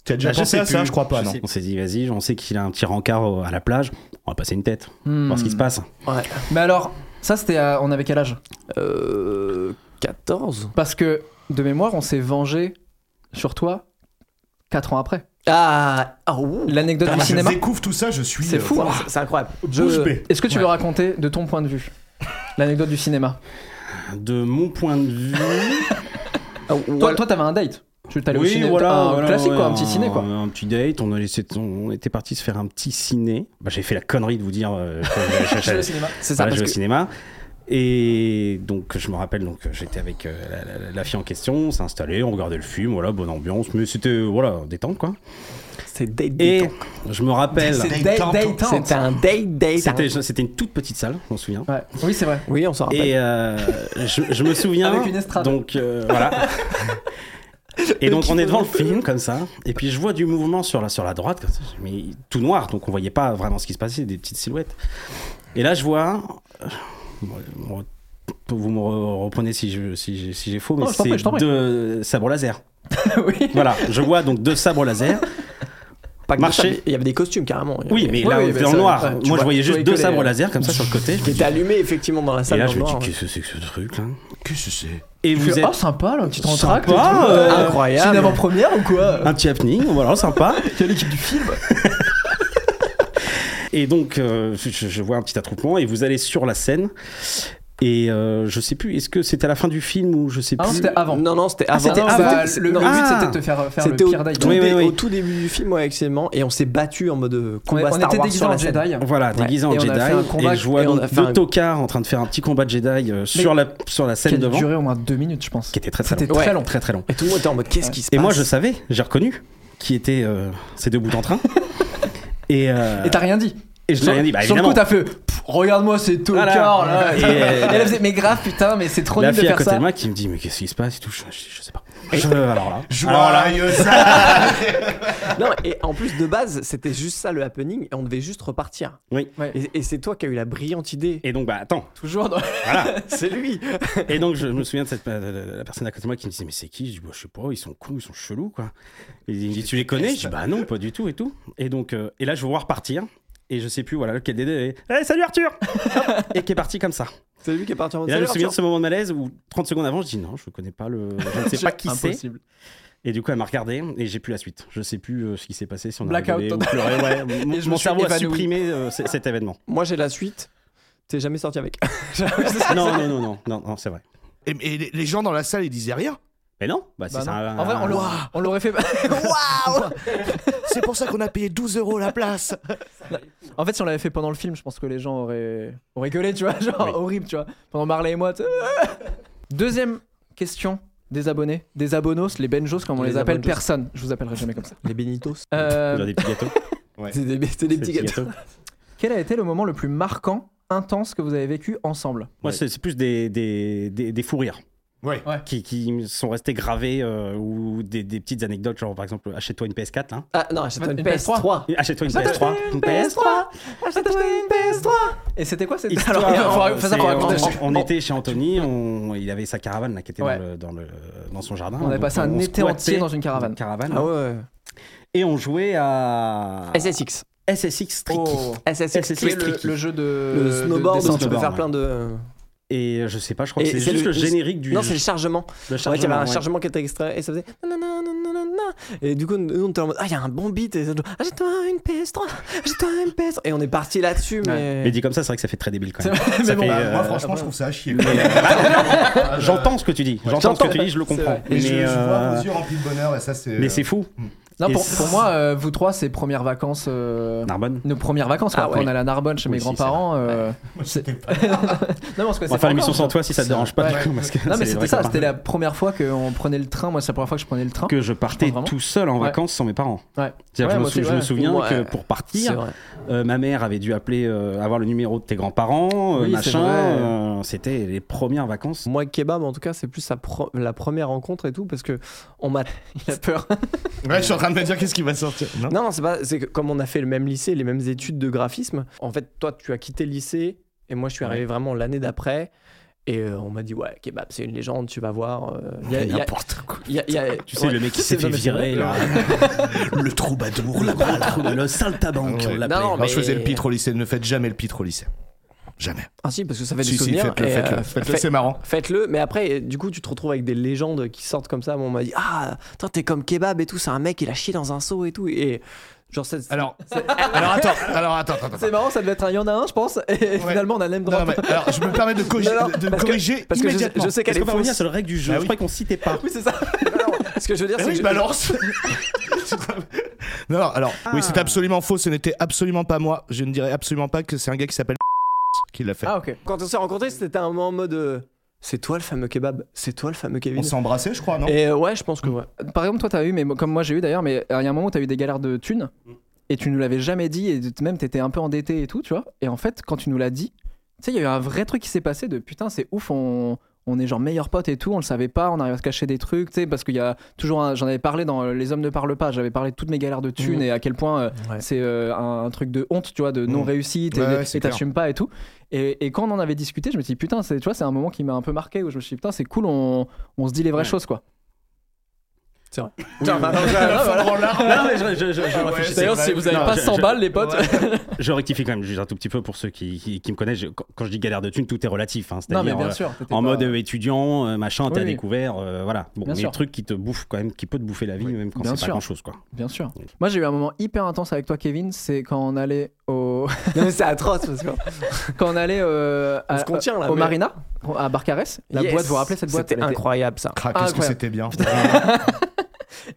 Tu as déjà
Bah, je
pensé
sais
à ça
plus.
Je crois pas,
Je
non.
sais- On s'est dit, vas-y, on sait qu'il a un petit rencard au- à la plage. On va passer une tête,
Hmm.
voir ce qui se passe.
Ouais.
Mais alors, ça c'était à- on avait quel âge
Euh. 14
Parce que de mémoire, on s'est vengé sur toi 4 ans après.
Ah, ah, ouh.
L'anecdote du
Putain,
cinéma.
Je découvre tout ça, je suis.
C'est
euh,
fou, hein.
C'est- c'est incroyable.
Bouche bée.
Est-ce que tu veux raconter de ton point de vue L'anecdote du cinéma.
De mon point de vue.
Ah,
Toi,
voilà.
toi, t'avais un date. Tu t'allais au ciné. un classique,
ouais,
quoi, un petit ciné, quoi.
Un, un petit date, on, a laissé, on, on était parti se faire un petit ciné. Bah, j'ai fait la connerie de vous dire. euh, que j'allais-
Je vais au cinéma.
c'est ça
Voilà,
parce
je vais au
que-
cinéma. Et donc, je me rappelle, donc j'étais avec euh, la, la- la fille en question, on s'est installé, on regardait le film, voilà, bonne ambiance, mais c'était, voilà, détente quoi.
c'est date
Et
date.
je me rappelle,
C'est
Date
date,
tante.
date tante.
C'était un date date.
c'était c'était une toute petite salle, je m'en souviens.
Ouais. Oui, c'est vrai.
Oui, on s'en rappelle.
Et euh, je, je me souviens.
Avec une estrade.
Donc euh, voilà. Et donc on est devant le film comme ça, et puis je vois du mouvement sur la, sur la droite, comme ça, mais tout noir, donc on voyait pas vraiment ce qui se passait, des petites silhouettes. Et là je vois, bon, vous me re- reprenez si je- si j'ai si j'ai faux, mais
Oh, je t'en
c'est
prie, je t'en prie.
deux sabres laser.
oui.
Voilà, je vois donc deux sabres laser.
Pas que
Marcher.
ça, mais Il y avait des costumes carrément. Il y
Oui,
avait-
mais
Oui,
là,
oui, mais
dans
ça-
le noir.
ouais, tu vois- euh.
Moi, je voyais
tu
juste
voyais
deux
que les-
sabres laser comme ça sur le côté.
Qui était allumé effectivement dans la
Et
salle.
là,
dans
je
le
me dis,
noir,
qu'est-ce que c'est que ce truc là
Qu'est-ce que c'est
Et
Tu
vous
fais,
êtes
Ah, sympa, là, un petit entracte. et
Sympa,
tout.
euh,
Ah, C'est
incroyable.
une avant-première ou quoi
oh, un petit happening, voilà, sympa.
Il y a l'équipe du film.
Et donc, euh, je, je vois un petit attroupement et vous allez sur la scène. Et euh, je sais plus, est-ce que c'était à la fin du film ou je sais
Ah non,
plus
c'était avant.
Non, non, c'était
Ah,
avant.
c'était
c'était
avant.
avant.
le, le
Non.
but,
Ah.
c'était de te faire faire le
C'était au,
pire
tout
d'ailleurs.
Oui,
dé-
oui, oui.
au tout début du film, ouais, actuellement, et on s'est battu en mode euh,
On,
combat Star
était
Wars
déguisés
sur
en
la scène.
Jedi.
Voilà, déguisé en
Et on a
Jedi.
fait un combat-
et je vois
et on
donc
a fait
deux
un-
tocards en train de faire un petit combat de Jedi euh, sur, la, sur la
Qui
scène
a
devant,
duré au moins deux minutes, je pense.
qui était très très
C'était
long.
très long. Ah,
Très très long.
Et tout le monde était en mode qu'est-ce qui se
Et
passe
moi, je savais, j'ai reconnu qui étaient euh, ces deux bouts en train. et, euh,
Et t'as rien dit.
et je n'ai
Sur-
rien dit, bah
sur le
évidemment.
coup, t'as fait Pff, Regarde-moi ces
Voilà.
tocards là.
Et,
Et,
euh,
elle faisait Mais grave, putain, mais c'est trop
la
nul de
fille à
faire
côté
ça.
de moi qui me dit mais qu'est-ce qui se passe et tout je, je- je sais pas Je- alors là alors là
Joyeux ça
Non, et en plus de base, c'était juste ça le happening, et on devait juste repartir.
oui
Et, et c'est toi qui as eu la brillante idée.
et donc bah attends
Toujours dans-
voilà
C'est lui.
et donc je me souviens de cette de- de- de la personne à côté de moi qui me disait mais c'est qui je dis bah, je sais pas ils sont cons ils sont chelous quoi et il me dit tu les connais je dis bah non pas du tout et tout et donc euh, et là je vois repartir et je sais plus voilà lequel des deux est Hey, salut Arthur Hop, et qui est parti comme ça
C'est lui qui est parti en mode.
et là je me
Salut,
souviens de
Arthur.
ce moment de malaise où 30 secondes avant je dis non je connais pas le je ne sais pas qui c'est
Impossible.
Et du coup, elle m'a regardé et j'ai plus la suite. Je sais plus euh, ce qui s'est passé, si on a
Blackout
rigolé ou
total.
pleuré, ouais. Mon,
Et je
mon
me suis
cerveau a
évanoui.
supprimé euh, c- cet événement.
Moi j'ai la suite. T'es jamais sorti avec.
non, non, non, non, non, non, c'est vrai.
Et, et les- les gens dans la salle, ils disaient rien.
Mais non, bah, c'est
Bah non.
ça.
En vrai, on l'aurait- on l'aurait fait.
Waouh C'est pour ça qu'on a payé 12 euros la place.
En fait, si on l'avait fait pendant le film, je pense que les gens auraient, auraient gueulé, tu vois, genre
Oui.
horrible, tu vois. Pendant Marley et moi. tu sais. Deuxième question des abonnés, des abonos, les benjos, comme on les,
Les
appelle,
abonos.
personne. Je vous appellerai jamais comme ça.
Les Benitos.
Euh,
Dans des petits gâteaux.
C'est des, c'est des petits gâteaux.
quel a été le moment le plus marquant, intense que vous avez vécu ensemble
Moi, c'est c'est plus des, des, des, des fous rires
Ouais.
qui, qui me sont restés gravés euh, ou des, des petites anecdotes, genre par exemple, achète-toi une PS4. Hein.
Ah non, achète une
Une
PS3.
Et Achète-toi une
Achète-toi
PS3. Une PS3.
Achète-toi une PS3 Et c'était quoi cette
Histoire,
Alors,
euh,
faut- faut ça,
c'est-
faut raconter.
on, on était chez Anthony, on- il avait sa caravane là, qui était
Ouais.
dans, le, dans, le, dans son jardin.
On avait
Donc,
passé un
on
été
squattait
entier dans une caravane.
caravane
Ah ouais.
et on jouait à
SSX.
SSX Tricky.
Oh.
SSX.
Qui est le,
Tricky.
le jeu de
Le
de
snowboard,
descente.
où tu peux
snowboard,
faire
ouais.
plein de.
Et je sais pas, je crois que
Et
c'est
c'est
juste le,
le-
générique du
Non, c'est le chargement.
le
Ouais, il y avait un
ouais.
chargement qui était extrait et ça faisait. nanana, nanana. Et du coup, nous, on était en mode. Ah, il y a un bon beat. Et ça, achète-toi une PS3. Achète-toi une PS3. Et on est parti là-dessus, mais.
Mais dit comme ça, c'est vrai que ça fait très débile quand
C'est
même.
vrai,
Ça
mais bon,
fait,
bah,
euh,
Moi, franchement, je trouve ça à chier.
Ah, J'entends ce que tu dis, j'entends ce que tu dis, je le comprends.
Mais
Mais,
je, je vois
euh,
vos yeux remplis de bonheur et ça,
euh,
c'est.
mais c'est fou,
Non,
Et
pour,
c'est-
pour moi, euh, vous trois, c'est premières vacances. euh,
Narbonne.
Nos premières vacances, quoi.
Ah ouais.
Après, on allait à Narbonne chez mes
Oui, si,
grands-parents. euh, c'est- non, mais on se
On va
connaissait
faire
pas
l'émission
encore,
sans toi si ça te
C'est-
dérange pas
ouais.
du coup. parce que
Non,
c'est
mais
les
c'était
vrais
ça,
copains.
c'était la première fois qu'on prenait le train. Moi, c'est la première fois que je prenais le train.
que je partais
Je crois vraiment.
tout seul en
Ouais.
vacances sans mes parents.
Ouais. Ouais,
C'est-à-dire que je,
moi
me sou-
aussi,
je me
ouais.
souviens
Ouais.
que pour
C'est
partir,
vrai.
euh, ma mère avait dû appeler, euh, avoir le numéro de tes grands-parents, euh,
Oui, c'est
machin.
vrai.
euh, C'était les premières vacances.
Moi, Kebab, en tout cas, c'est plus sa pro- la première rencontre et tout, parce que on m'a.
Il a peur.
Ouais, je suis en train de me dire qu'est-ce qui va sortir. Non
Non, non, c'est pas. C'est que comme on a fait le même lycée, les mêmes études de graphisme. En fait, toi, tu as quitté le lycée, et moi, je suis arrivé vraiment l'année d'après. Et euh, on m'a dit, ouais, Kebab, c'est une légende, tu vas voir. euh, y a- y a-
N'importe quoi.
y a- y a-
Tu sais,
ouais.
le mec qui s'est fait virer, là.
Le troubadour,
Le
la
gros trou, le saltabanque,
Ouais.
on l'appelait.
Non,
Non, je faisais le pitre au lycée. Ne faites jamais le pitre au lycée. Jamais.
Ah, si, parce que ça fait
Si,
des
si,
souvenirs.
faites-le,
et, euh,
faites-le. Faites-le,
fait-
c'est marrant.
Faites-le, mais après, euh, du coup, tu te retrouves avec des légendes qui sortent comme ça. Moi, on m'a dit Ah, toi, t'es comme kebab et tout, c'est un mec, il a chié dans un seau et tout. Et genre, c'est.
Alors, alors attends, alors attends, attends, attends.
C'est marrant, ça devait être un. Il y en a un, je pense. Et finalement, on a le même droit.
Non, mais, alors, je me permets de, corriger-
Non, non,
de me
parce que-
corriger
parce que je,
immédiatement.
je sais qu'elle
Est-ce
est,
qu'on va revenir
fausse.
sur la règle du jeu
Ah
Je
oui.
crois qu'on citait pas.
Oui, c'est ça.
Non, ce que je veux dire,
Eh
Bah
c'est
oui,
que je-
balance Non, non, alors,
Ah.
oui, c'est absolument faux, ce n'était absolument pas moi. Je ne dirais absolument pas que c'est un gars qui s'appelle qui l'a fait.
Ah, ok.
quand on s'est rencontrés, c'était un moment en mode euh, C'est toi le fameux kebab C'est toi le fameux
On
Kevin
s'est embrassé, je crois, non
Et euh, ouais, je pense que ouais.
Par exemple, toi, t'as eu, mais moi- comme moi, j'ai eu d'ailleurs, mais euh, il y a un moment où t'as eu des galères de thunes et tu nous l'avais jamais dit et t- même t'étais un peu endetté et tout, tu vois. Et en fait, quand tu nous l'as dit, tu sais, il y a eu un vrai truc qui s'est passé de putain, c'est ouf, on, on est genre meilleurs potes et tout, on le savait pas, on arrive à se cacher des trucs, tu sais, parce qu'il y a toujours, un- j'en avais parlé dans euh, Les hommes ne parlent pas, j'avais parlé de toutes mes galères de thunes
Mhm.
et à quel point euh,
Ouais.
c'est euh, un, un truc de honte, tu vois, de non
Mhm.
réussite
Ouais,
et,
ouais, c'est
et t'assumes pas et tout. Et, et quand on en avait discuté, je me suis dit putain, c'est- tu vois, c'est un moment qui m'a un peu marqué où je me suis dit putain, c'est cool, on, on se dit les vraies
Ouais.
choses quoi.
C'est vrai.
Putain, bah, voilà.
Non, mais je, je- je- je réfléchissais.
D'ailleurs, si vous avez
Non,
pas
je-
100
je-
balles, les potes.
Je rectifie quand même juste un tout petit peu pour ceux qui, qui, qui me connaissent. Je- quand, quand je dis galère de thunes, tout est relatif. hein.
Non, mais
C'est-à-dire,
bien
euh,
sûr. t'étais
en
pas-
mode euh, étudiant, euh, machin, t'as
Oui, oui.
découvert, euh, voilà. Bon,
Bien
mais
sûr.
le truc qui te bouffe quand même, qui peut te bouffer la vie, même quand
bien
c'est pas
sûr.
grand chose, quoi.
Bien sûr. Moi, j'ai eu un moment hyper intense avec toi, Kevin. C'est quand on allait au.
Non, mais c'est atroce parce que.
quand on allait euh,
On
à-
se contient, là,
au
mais-
Marina, à Barcarès. La
Yes.
boîte, vous vous rappelez cette boîte
C'était
elle était-
incroyable ça.
Crac, qu'est-ce que
Incroyable.
c'était bien.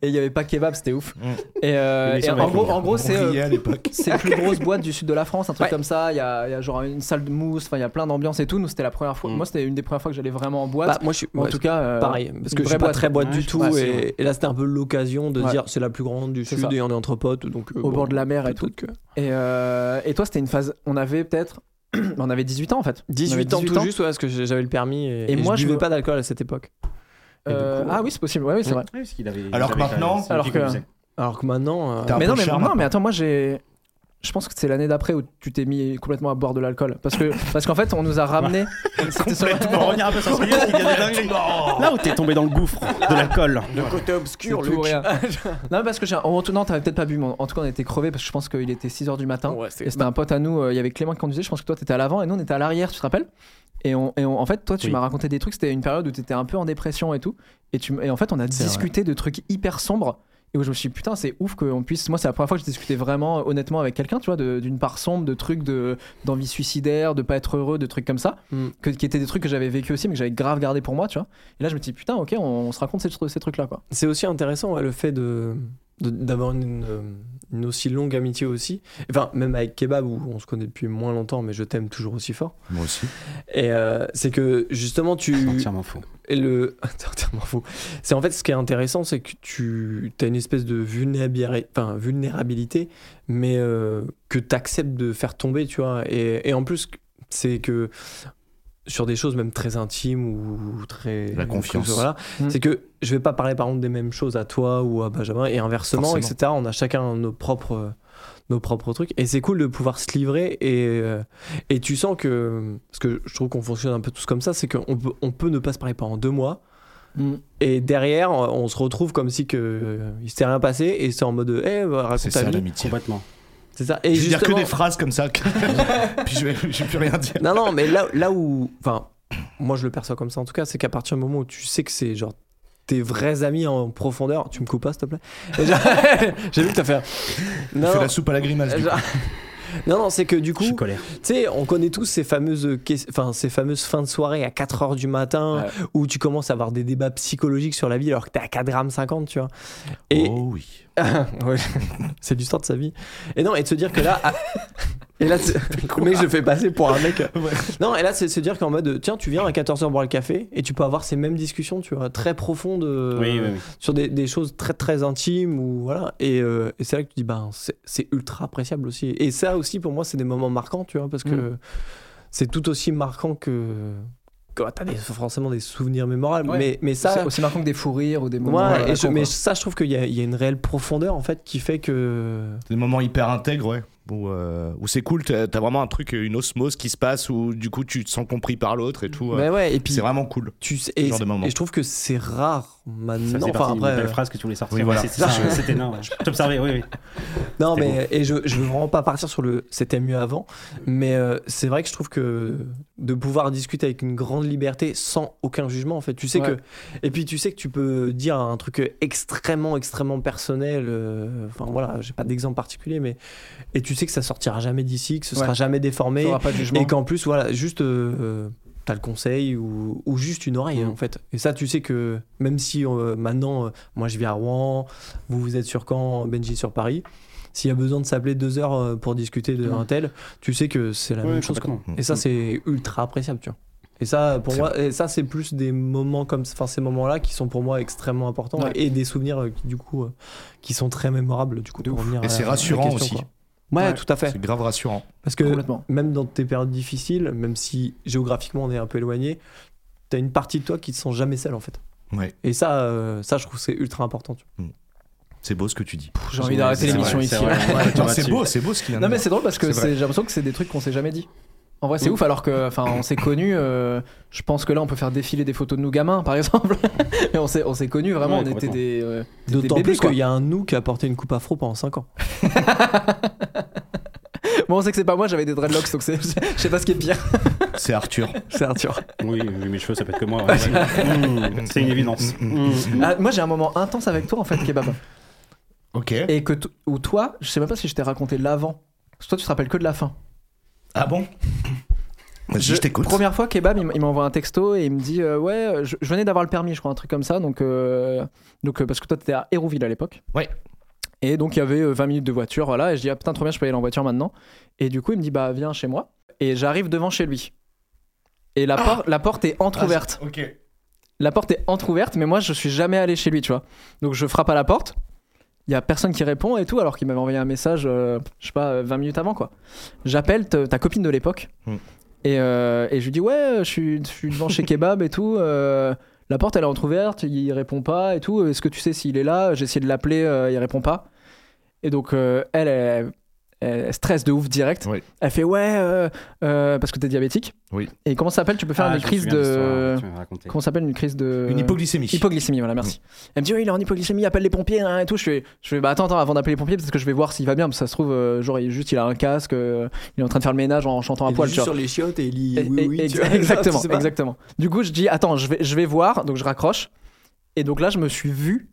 Et il n'y avait pas kebab, c'était ouf.
Mm.
Et, euh,
L'émission
et
avec
en gros,
Olivier.
en gros, c'est.
On
euh,
riait à l'époque.
C'est la plus grosse boîte du sud de la France, un truc
Ouais.
comme ça. Il y a, il y a genre une salle de mousse, enfin il y a plein d'ambiance et tout. Nous c'était la première fois.
Mm.
Moi c'était une des premières fois que j'allais vraiment en
Bah,
boîte.
moi je suis.
en
ouais,
tout cas, euh,
Pareil, parce
une
que
vraie
je suis pas
boîte.
très boîte
Ouais,
du
je-
tout,
ouais, c'est
et, et là c'était un peu l'occasion de
Ouais.
dire c'est la plus grande du
C'est
sud
ça.
et on est entre potes, donc euh,
au
bon,
bord de la mer et tout.
peut-être que-
Et, euh, et toi c'était une phase. On avait peut-être, on avait 18 ans en fait. On avait
18 ans tout juste, ouais, parce que j'ai- j'avais le permis et,
Et
et
moi,
je
je
buvais
me-
pas d'alcool à cette époque. Et
Euh,
du coup,
ah oui c'est possible. Ouais, oui c'est
Mm.
vrai.
Oui, parce qu'il avait-
Alors
il
que
avait fait-
maintenant-
c'est
Alors
lui qui
que-
faisait.
Alors que maintenant, euh,
T'as un
Mais
peu
non mais
cher,
non,
maintenant.
mais attends moi j'ai. Je pense que c'est l'année d'après où tu t'es mis complètement à boire de l'alcool parce que parce qu'en fait on nous a ramené. C'était sur-
On va revenir un peu sur ce milieu, parce qu'il y a des dingueries. Là où t'es tombé dans le gouffre de l'alcool.
le côté obscur, hein.
Tout ou rien. non, parce que j'ai. un- en tout- Non, t'avais peut-être pas bu, mais en tout cas, on était crevés parce que je pense qu'il était 6h du matin.
Ouais, Hein c'est-
et c'était un pote à nous, euh, il y avait Clément qui conduisait, je pense que toi t'étais à l'avant et nous on était à l'arrière, tu te rappelles et, on, et on- en fait, toi, tu
Oui.
m'as raconté des trucs. C'était une période où t'étais un peu en dépression et tout. Et, tu, m- et en fait, on a
C'est
discuté de trucs hyper sombres. Et où je me suis dit, putain, c'est ouf qu'on puisse. Moi, c'est la première fois que je discutais vraiment, euh, honnêtement, avec quelqu'un, tu vois, de- d'une part sombre, de trucs de- d'envie suicidaire, de pas être heureux, de trucs comme ça.
Mm.
Que, qui étaient des trucs que j'avais vécu aussi, mais que j'avais grave gardé pour moi, tu vois. Et là, je me dis, putain, ok, on, on se raconte ces, tru- ces trucs-là, quoi.
C'est aussi intéressant ouais, le fait de de- d'avoir une, euh, une aussi longue amitié aussi. Enfin, même avec Kebab, où on se connaît depuis moins longtemps, mais je t'aime toujours aussi fort.
Moi aussi.
Et euh, c'est que justement, tu,
Entièrement faux.
Et le. T'es entièrement faux. C'est en fait ce qui est intéressant, c'est que tu as une espèce de vulnérabili- enfin, vulnérabilité, mais euh, que tu acceptes de faire tomber, tu vois. Et, et en plus, c'est que sur des choses même très intimes ou très.
La confiance.
que- voilà,
Mm.
C'est que je vais pas parler par contre des mêmes choses à toi ou à Benjamin, et inversement,
Forcément.
etc. On a chacun nos propres nos propres trucs et c'est cool de pouvoir se livrer et, euh, et tu sens que parce que je trouve qu'on fonctionne un peu tous comme ça c'est qu'on peut, on peut ne pas se parler pendant deux mois et derrière on on se retrouve comme si que euh, il s'était rien passé et c'est en mode eh bah, raconte
C'est
ta
ça
vie.
l'amitié.
Complètement.
c'est ça et
je vais dire que
justement-
des phrases comme ça. Puis je vais, je vais plus rien dire.
non non mais là là où enfin moi je le perçois comme ça en tout cas c'est qu'à partir du moment où tu sais que c'est genre tes vrais amis en profondeur tu me coupes pas s'il te plaît j'ai vu que t'as fait un-
Je
non
fais la soupe à la grimace. du
genre- non non c'est que du
Je
coup
suis colère.
Tu sais, on connaît tous ces fameuses, ques- enfin, ces fameuses fins de soirée à 4h du matin
Ouais.
où tu commences à avoir des débats psychologiques sur la vie alors que t'es à 4,50 grammes, tu vois.
coup.
Et
Oh oui.
Ouais, c'est l'histoire de sa vie. Et non, et de se dire que là. ah, Et là, c'est- mais je fais passer pour un mec. Non, et là, c'est de se dire qu'en mode, tiens, tu viens à 14h boire le café et tu peux avoir ces mêmes discussions, tu vois, très profondes euh,
Oui, oui, oui.
sur des, des choses très très intimes ou voilà et, euh, et c'est là que tu dis ben c'est- c'est ultra appréciable aussi et ça aussi pour moi c'est des moments marquants tu vois parce que
Mm.
c'est tout aussi marquant que, que bah, t'as des- forcément des souvenirs mémorables
Ouais.
mais mais
C'est
ça
aussi marquant que des fous rires ou des moments.
moi
à la
et je-
con,
mais
quoi.
ça je trouve qu'il y, a- il y a une réelle profondeur en fait qui fait que
C'est des moments hyper intègres, ouais. Où, euh, où c'est cool, t'as t'as vraiment un truc, une osmose qui se passe, où du coup tu te sens compris par l'autre et tout. ouais.
Mais ouais, et puis
C'est vraiment cool.
tu sais- et,
genre de moment.
et je trouve que c'est rare
Ça
maintenant
faisait
enfin
partie d'une
après
belle
euh,
phrase que tu voulais sortir.
Oui, voilà.
C'est- c'est ça, C'est énorme. Je t'observais, oui, oui.
Non,
C'était
mais et je, je veux vraiment pas partir sur le c'était mieux avant, mais euh, c'est vrai que je trouve que de pouvoir discuter avec une grande liberté sans aucun jugement, en fait, tu sais
Ouais.
que. Et puis tu sais que tu peux dire un truc extrêmement, extrêmement personnel, euh, enfin voilà, j'ai pas d'exemple particulier, mais. Et tu sais que ça sortira jamais d'ici, que ce sera
Ouais.
jamais déformé,
T'auras pas de jugement.
et qu'en plus, voilà, juste. euh, euh, T'as le conseil ou, ou juste une oreille
Mhm.
en fait. Et ça, tu sais que même si euh, maintenant, euh, moi je vis à Rouen, vous vous êtes sur Caen, Benji sur Paris, s'il y a besoin de s'appeler deux heures euh, pour discuter d'un
Mhm.
tel, tu sais que c'est la
Ouais,
même chose. quoi.
complètement.
Et ça, c'est ultra appréciable, tu vois. Et ça, pour
C'est
moi, et ça, c'est plus des moments comme, enfin, ces moments-là qui sont pour moi extrêmement importants
Ouais.
et des souvenirs euh, qui, du coup, euh, qui sont très mémorables, du coup. pour revenir
Et
à-
c'est
à la
rassurant
question,
aussi.
quoi. Ouais,
Ouais.
tout à fait.
C'est grave rassurant.
Parce que
Complètement.
même dans tes périodes difficiles, même si géographiquement on est un peu éloigné, t'as une partie de toi qui te sent jamais seule en fait.
Ouais.
Et ça, euh, ça je trouve que c'est ultra important. tu vois.
C'est beau ce que tu dis.
J'ai envie d'arrêter
C'est
l'émission
vrai,
ici.
c'est vrai. On va
Attends,
là-dessus.
c'est beau, c'est beau ce qu'il a
Non mais c'est drôle parce que
C'est vrai.
c'est- j'ai l'impression que c'est des trucs qu'on s'est jamais dit. En vrai, c'est ouf, alors que, enfin, on s'est connus. euh, je pense que là, on peut faire défiler des photos de nous gamins, par exemple. Mais on s'est, on s'est connus vraiment.
Ouais,
on était
complètement.
des. euh, des
D'autant
bébés,
plus
quoi.
qu'il y a un nous qui a porté une coupe afro pendant 5 ans.
Bon, on sait que c'est pas moi, j'avais des dreadlocks, donc c'est, je sais pas ce qui est pire.
C'est Arthur.
C'est Arthur.
Oui, oui, mes cheveux, ça peut être que moi. ouais, ouais. Mm, C'est une évidence. Mm.
Ah, moi, j'ai un moment intense avec toi, en fait, Kebab.
Ok.
Et que t- ou toi, je sais même pas si je t'ai raconté l'avant. Parce que toi, tu te rappelles que de la fin.
Ah bon Je,
Je-
t'écoute.
Première fois, Kebab, il m- il m'envoie un texto et il me dit euh, Ouais, je, je venais d'avoir le permis, je crois, un truc comme ça. Donc, euh, donc euh, parce que toi, t'étais à Hérouville à l'époque.
Ouais.
Et donc, il y avait euh, 20 minutes de voiture, voilà. Et je dis Ah putain, trop bien, je peux y aller en voiture maintenant. Et du coup, il me dit Bah, viens chez moi. Et j'arrive devant chez lui. Et la, por- la porte est entrouverte.
Ok.
La porte est entrouverte, mais moi je suis jamais allé chez lui, tu vois. Donc je frappe à la porte, il y a personne qui répond et tout, alors qu'il m'avait envoyé un message, euh, je sais pas, euh, 20 minutes avant quoi. J'appelle te- ta copine de l'époque
Hmm.
et, euh, et je lui dis ouais, je suis, je suis devant chez Kebab et tout. euh, la porte elle est entrouverte, il répond pas et tout. Est-ce que tu sais s'il est là J'ai essayé de l'appeler, euh, il répond pas. Et donc euh, elle, elle, elle stresse de ouf direct.
Oui.
Elle fait ouais euh, euh, parce que t'es diabétique.
Oui.
Et comment ça s'appelle Tu peux faire
Ah,
une
je me
crise
souviens
de
l'histoire, tu m'avais raconté.
Comment ça s'appelle une crise de.
Une hypoglycémie. Mm.
Hypoglycémie, voilà, merci. Elle me dit, oui, il est en hypoglycémie, appelle les pompiers, hein, et tout. Je fais, je fais, bah attends, attends, avant d'appeler les pompiers, peut-être que je vais voir s'il va bien, parce que ça se trouve, euh, genre, il, juste, il a un casque, euh, il est en train de faire le ménage en chantant à poil, tu vois.
les chiottes et il
Et- et- ex- exactement, exactement. Du coup, je dis, attends, je vais, je vais voir, donc je raccroche. Et donc là, je me suis vu,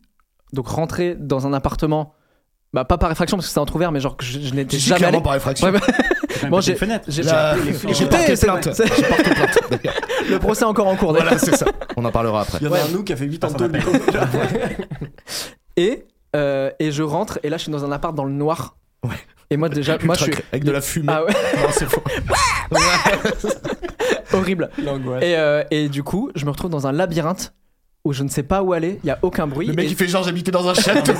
donc rentrer dans un appartement, bah pas par effraction, parce que c'était entrouvert, mais genre, que je, je
J'ai
n'étais
dit
jamais
clairement
allé.
par effraction.
Ouais, bah,
J'ai même
Bon,
pété
j'ai-
une fenêtre.
j'ai-
La-
j'ai-
J'ai
j'ai-
porté
c'est
plainte.
vrai.
J'ai porté plainte. d'ailleurs.
Le procès est encore en cours, d'ailleurs.
voilà, c'est ça. On en parlera après.
Il y en a
Ouais.
un nous qui a fait 8 ans
Ça
de tôle.
m'appelle.
Et, euh, et je rentre, et là, je suis dans un appart dans le noir.
Ouais.
Et moi, déjà, moi, je suis.
Avec de la fumée.
Ah ouais,
Non, c'est faux.
horrible.
L'angoisse.
Et, euh, et du coup, je me retrouve dans un labyrinthe où je ne sais pas où aller, il y a aucun bruit.
Le mec,
et-
il fait genre, j'habitais dans un château.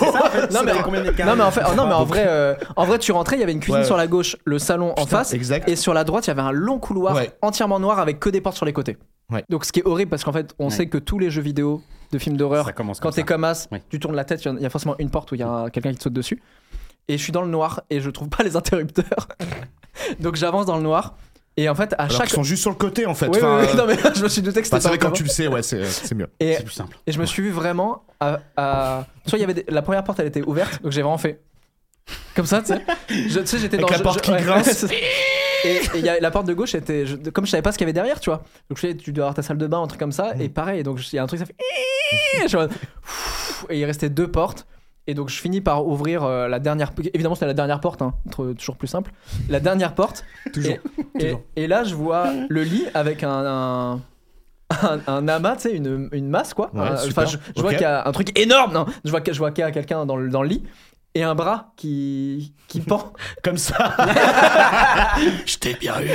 non, mais, non, mais en fait, non, mais en vrai, euh, en vrai, tu rentrais, il y avait une cuisine
Ouais.
sur la gauche, le salon en
Putain,
face,
Exact.
et sur la droite, il y avait un long couloir
Ouais.
entièrement noir avec que des portes sur les côtés.
Ouais.
Donc, ce qui est horrible parce qu'en fait, on
Ouais.
sait que tous les jeux vidéo de films d'horreur,
ça commence
quand
comme
t'es
ça.
comme as,
Ouais.
tu tournes la tête, il y en- il y, a forcément une porte où il y a un- quelqu'un qui te saute dessus. Et je suis dans le noir et je trouve pas les interrupteurs. Donc, j'avance dans le noir. Et en fait, à
Alors
chaque.
qu'ils sont juste sur le côté en fait.
Oui, oui,
Enfin,
oui,
euh,
non, mais je me suis douté que
enfin,
c'était
c'est
pas
vrai quand
vraiment.
tu le sais, ouais, c'est c'est mieux.
Et,
C'est plus simple.
et je me suis vu vraiment à. à- Soit il y avait des- la première porte, elle était ouverte, donc j'ai vraiment fait. Comme ça, tu sais. Je- Tu sais, j'étais
Avec
dans
la
je-
porte
je-
qui grince.
Et, et il y a- la porte de gauche était. je- comme je savais pas ce qu'il y avait derrière, tu vois. Donc je sais, tu dois avoir ta salle de bain, un truc comme ça.
Mm.
Et pareil, donc il y a un truc, ça fait. Je suis en mode, pfff, Et il restait deux portes. Et donc je finis par ouvrir euh, la dernière. Évidemment, c'était la dernière porte, hein, tr- toujours plus simple. La dernière porte.
Toujours.
Et-
Toujours.
Et, là, je vois le lit avec un, un, un- un amas, tu sais, une, une masse, quoi.
Ouais,
Un-
super.
je, je vois
Ok.
qu'il y a un truc énorme. Non, je vois, que- je vois qu'il y a quelqu'un dans le, dans le lit et un bras qui, qui pend.
Comme ça. Je t'ai bien eu.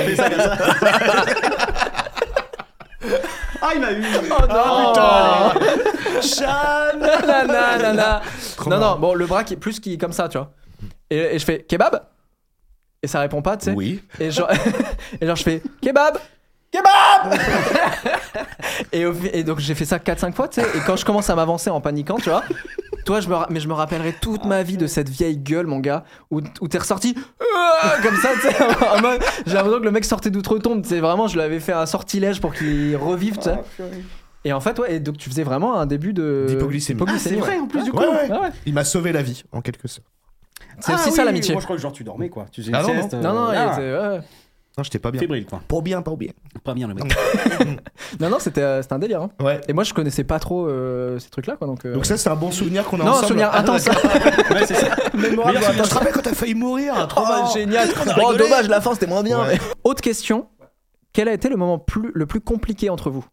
Ah, il m'a eu
Oh non
Oh. Chan
Nanana, nanana.
Trop
Non, non,
marrant.
bon, le bras qui est plus qui est comme ça, tu vois. Et, et je fais kebab Et ça répond pas, tu sais.
Oui.
Et genre, et genre, je fais kebab Kebab et, au fi- et donc j'ai fait ça 4-5 fois, tu sais. Et quand je commence à m'avancer en paniquant, tu vois, toi, je me, ra- mais je me rappellerai toute ma vie de cette vieille gueule, mon gars, où, où t'es ressorti Ah comme ça, tu sais. en mode- J'ai l'impression que le mec sortait d'outre-tombe, tu sais. Vraiment, je lui avais fait un sortilège pour qu'il revive, tu sais.
Oh,
Et en fait, ouais, et donc tu faisais vraiment un début de.
D'hypoglycémie.
d'hypoglycémie,
Ah, C'est
ouais.
vrai, en plus, du coup.
Ouais, ouais.
Ah ouais.
Il m'a sauvé la vie, en quelque sorte.
C'est
Ah
aussi ça
oui,
l'amitié.
Moi, je crois que genre tu dormais quoi. Tu faisais une
Ah non, non.
sieste. euh,
Non, non, il
ah,
était- ouais, ouais.
Non, j'étais pas bien.
Fébrile quoi.
Pas bien, pas bien.
Pas bien le mec.
non, non, c'était euh, c'était un délire. hein.
Ouais.
Et moi, je connaissais pas trop euh, ces trucs-là, quoi. Donc, euh,
Donc ça, c'est un bon souvenir qu'on a
non,
ensemble.
souvenir
Ah,
intense.
ouais, c'est ça.
Mémorable.
Meilleur
Je te rappelle quand t'as failli mourir. Trop
Oh, génial.
rigolé.
Oh, dommage, la fin, c'était moins bien.
Ouais.
mais- Autre question. Quel a été le moment plus, le plus compliqué entre vous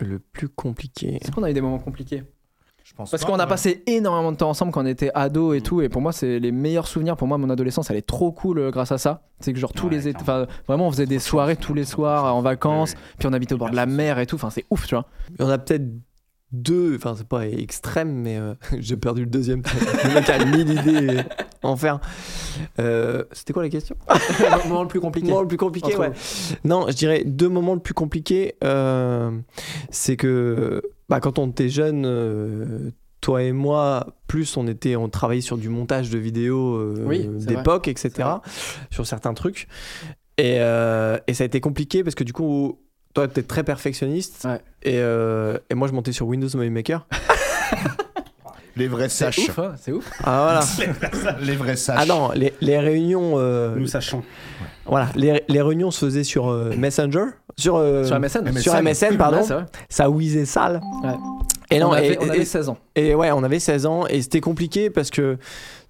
Le plus compliqué.
Est-ce qu'on a eu des moments compliqués
Je pense
Parce
pas,
qu'on a
ouais.
passé énormément de temps ensemble quand on était ado et
Mm.
tout. Et pour moi, c'est les meilleurs souvenirs. Pour moi, mon adolescence, elle est trop cool euh, grâce à ça. C'est que genre tous
Ouais,
les, étés-
clairement.
enfin vraiment, on faisait des soirées tous les soirs euh, en vacances. Puis on habitait au bord de la mer et tout. Enfin, c'est ouf, tu vois.
Il y en a peut-être deux, enfin c'est pas extrême, mais euh, j'ai perdu le deuxième. le mec a mille idées à en faire. Euh, C'était quoi la question
le moment le plus compliqué.
Moment le plus compliqué,
Entre
ouais. Non, je dirais deux moments le plus compliqués, euh, c'est que bah, quand on était jeune, euh, toi et moi, plus on était, on travaillait sur du montage de vidéos euh,
Oui, c'est vrai.
d'époque, etc.
C'est vrai.
Sur certains trucs. Et, euh, et ça a été compliqué parce que du coup, toi, t'es très perfectionniste.
Ouais.
Et, euh, et moi, je montais sur Windows Movie Maker.
Les vrais
C'est
saches.
ouf, hein, c'est ouf.
Ah voilà.
Les vrais saches.
Ah non, les, les réunions, euh,
Nous sachons.
voilà, les, les réunions se faisaient sur euh, Messenger, sur euh,
Sur MSN.
sur MSN, pardon.
Ouais, c'est vrai.
ça whizzait sale.
Ouais.
Et non,
on, avait,
et-
on
et-
avait 16 ans.
Et ouais, on avait 16 ans et c'était compliqué parce que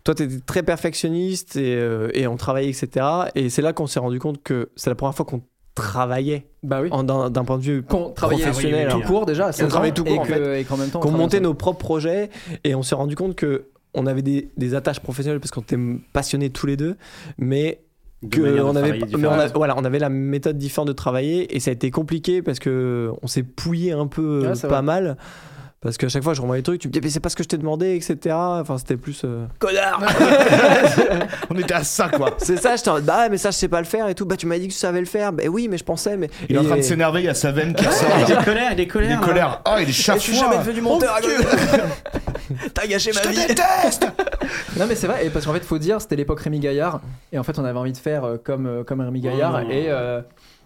toi, t'étais très perfectionniste et, euh, et on travaillait, etc. Et c'est là qu'on s'est rendu compte que c'est la première fois qu'on travaillait
Bah oui.
en- d'un d'un point de vue.
Qu'on travaillait
Professionnel,
tout
hein.
court déjà, à 16 ans,
travaillait tout court,
et
en
que- et qu'en même temps. on
Qu'on
travaillait
montait
ensemble.
nos propres projets et on s'est rendu compte que on avait des, des attaches professionnelles parce qu'on était passionnés tous les deux, mais
De
que
manière de
on avait,
travailler
mais on a-
différente.
voilà, on avait la méthode différente de travailler et ça a été compliqué parce que on s'est pouillé un peu
Ouais,
euh,
c'est
pas
vrai.
mal. Parce qu'à chaque fois, je renvoyais les trucs, tu me dis, mais c'est pas ce que je t'ai demandé, etc. Enfin, c'était plus. euh,
On était à ça, quoi.
C'est ça, j'étais en mode, bah mais ça je sais pas le faire et tout. Bah tu m'as dit que tu savais le faire. Bah oui, mais je pensais, mais.
Il est en train de
Et-
s'énerver, il y a sa veine qui ressort.
Il est
là.
colère, il est
Il est
colère. là.
colère. Ah, il est
Je suis jamais
chafouin.
devenu monteur à Oh T'as gâché ma vie.
Non mais c'est vrai, et parce qu'en fait faut dire, c'était l'époque Rémi Gaillard, et en fait on avait envie de faire euh, comme, euh, comme Rémi Gaillard,
Mmh.
et, euh,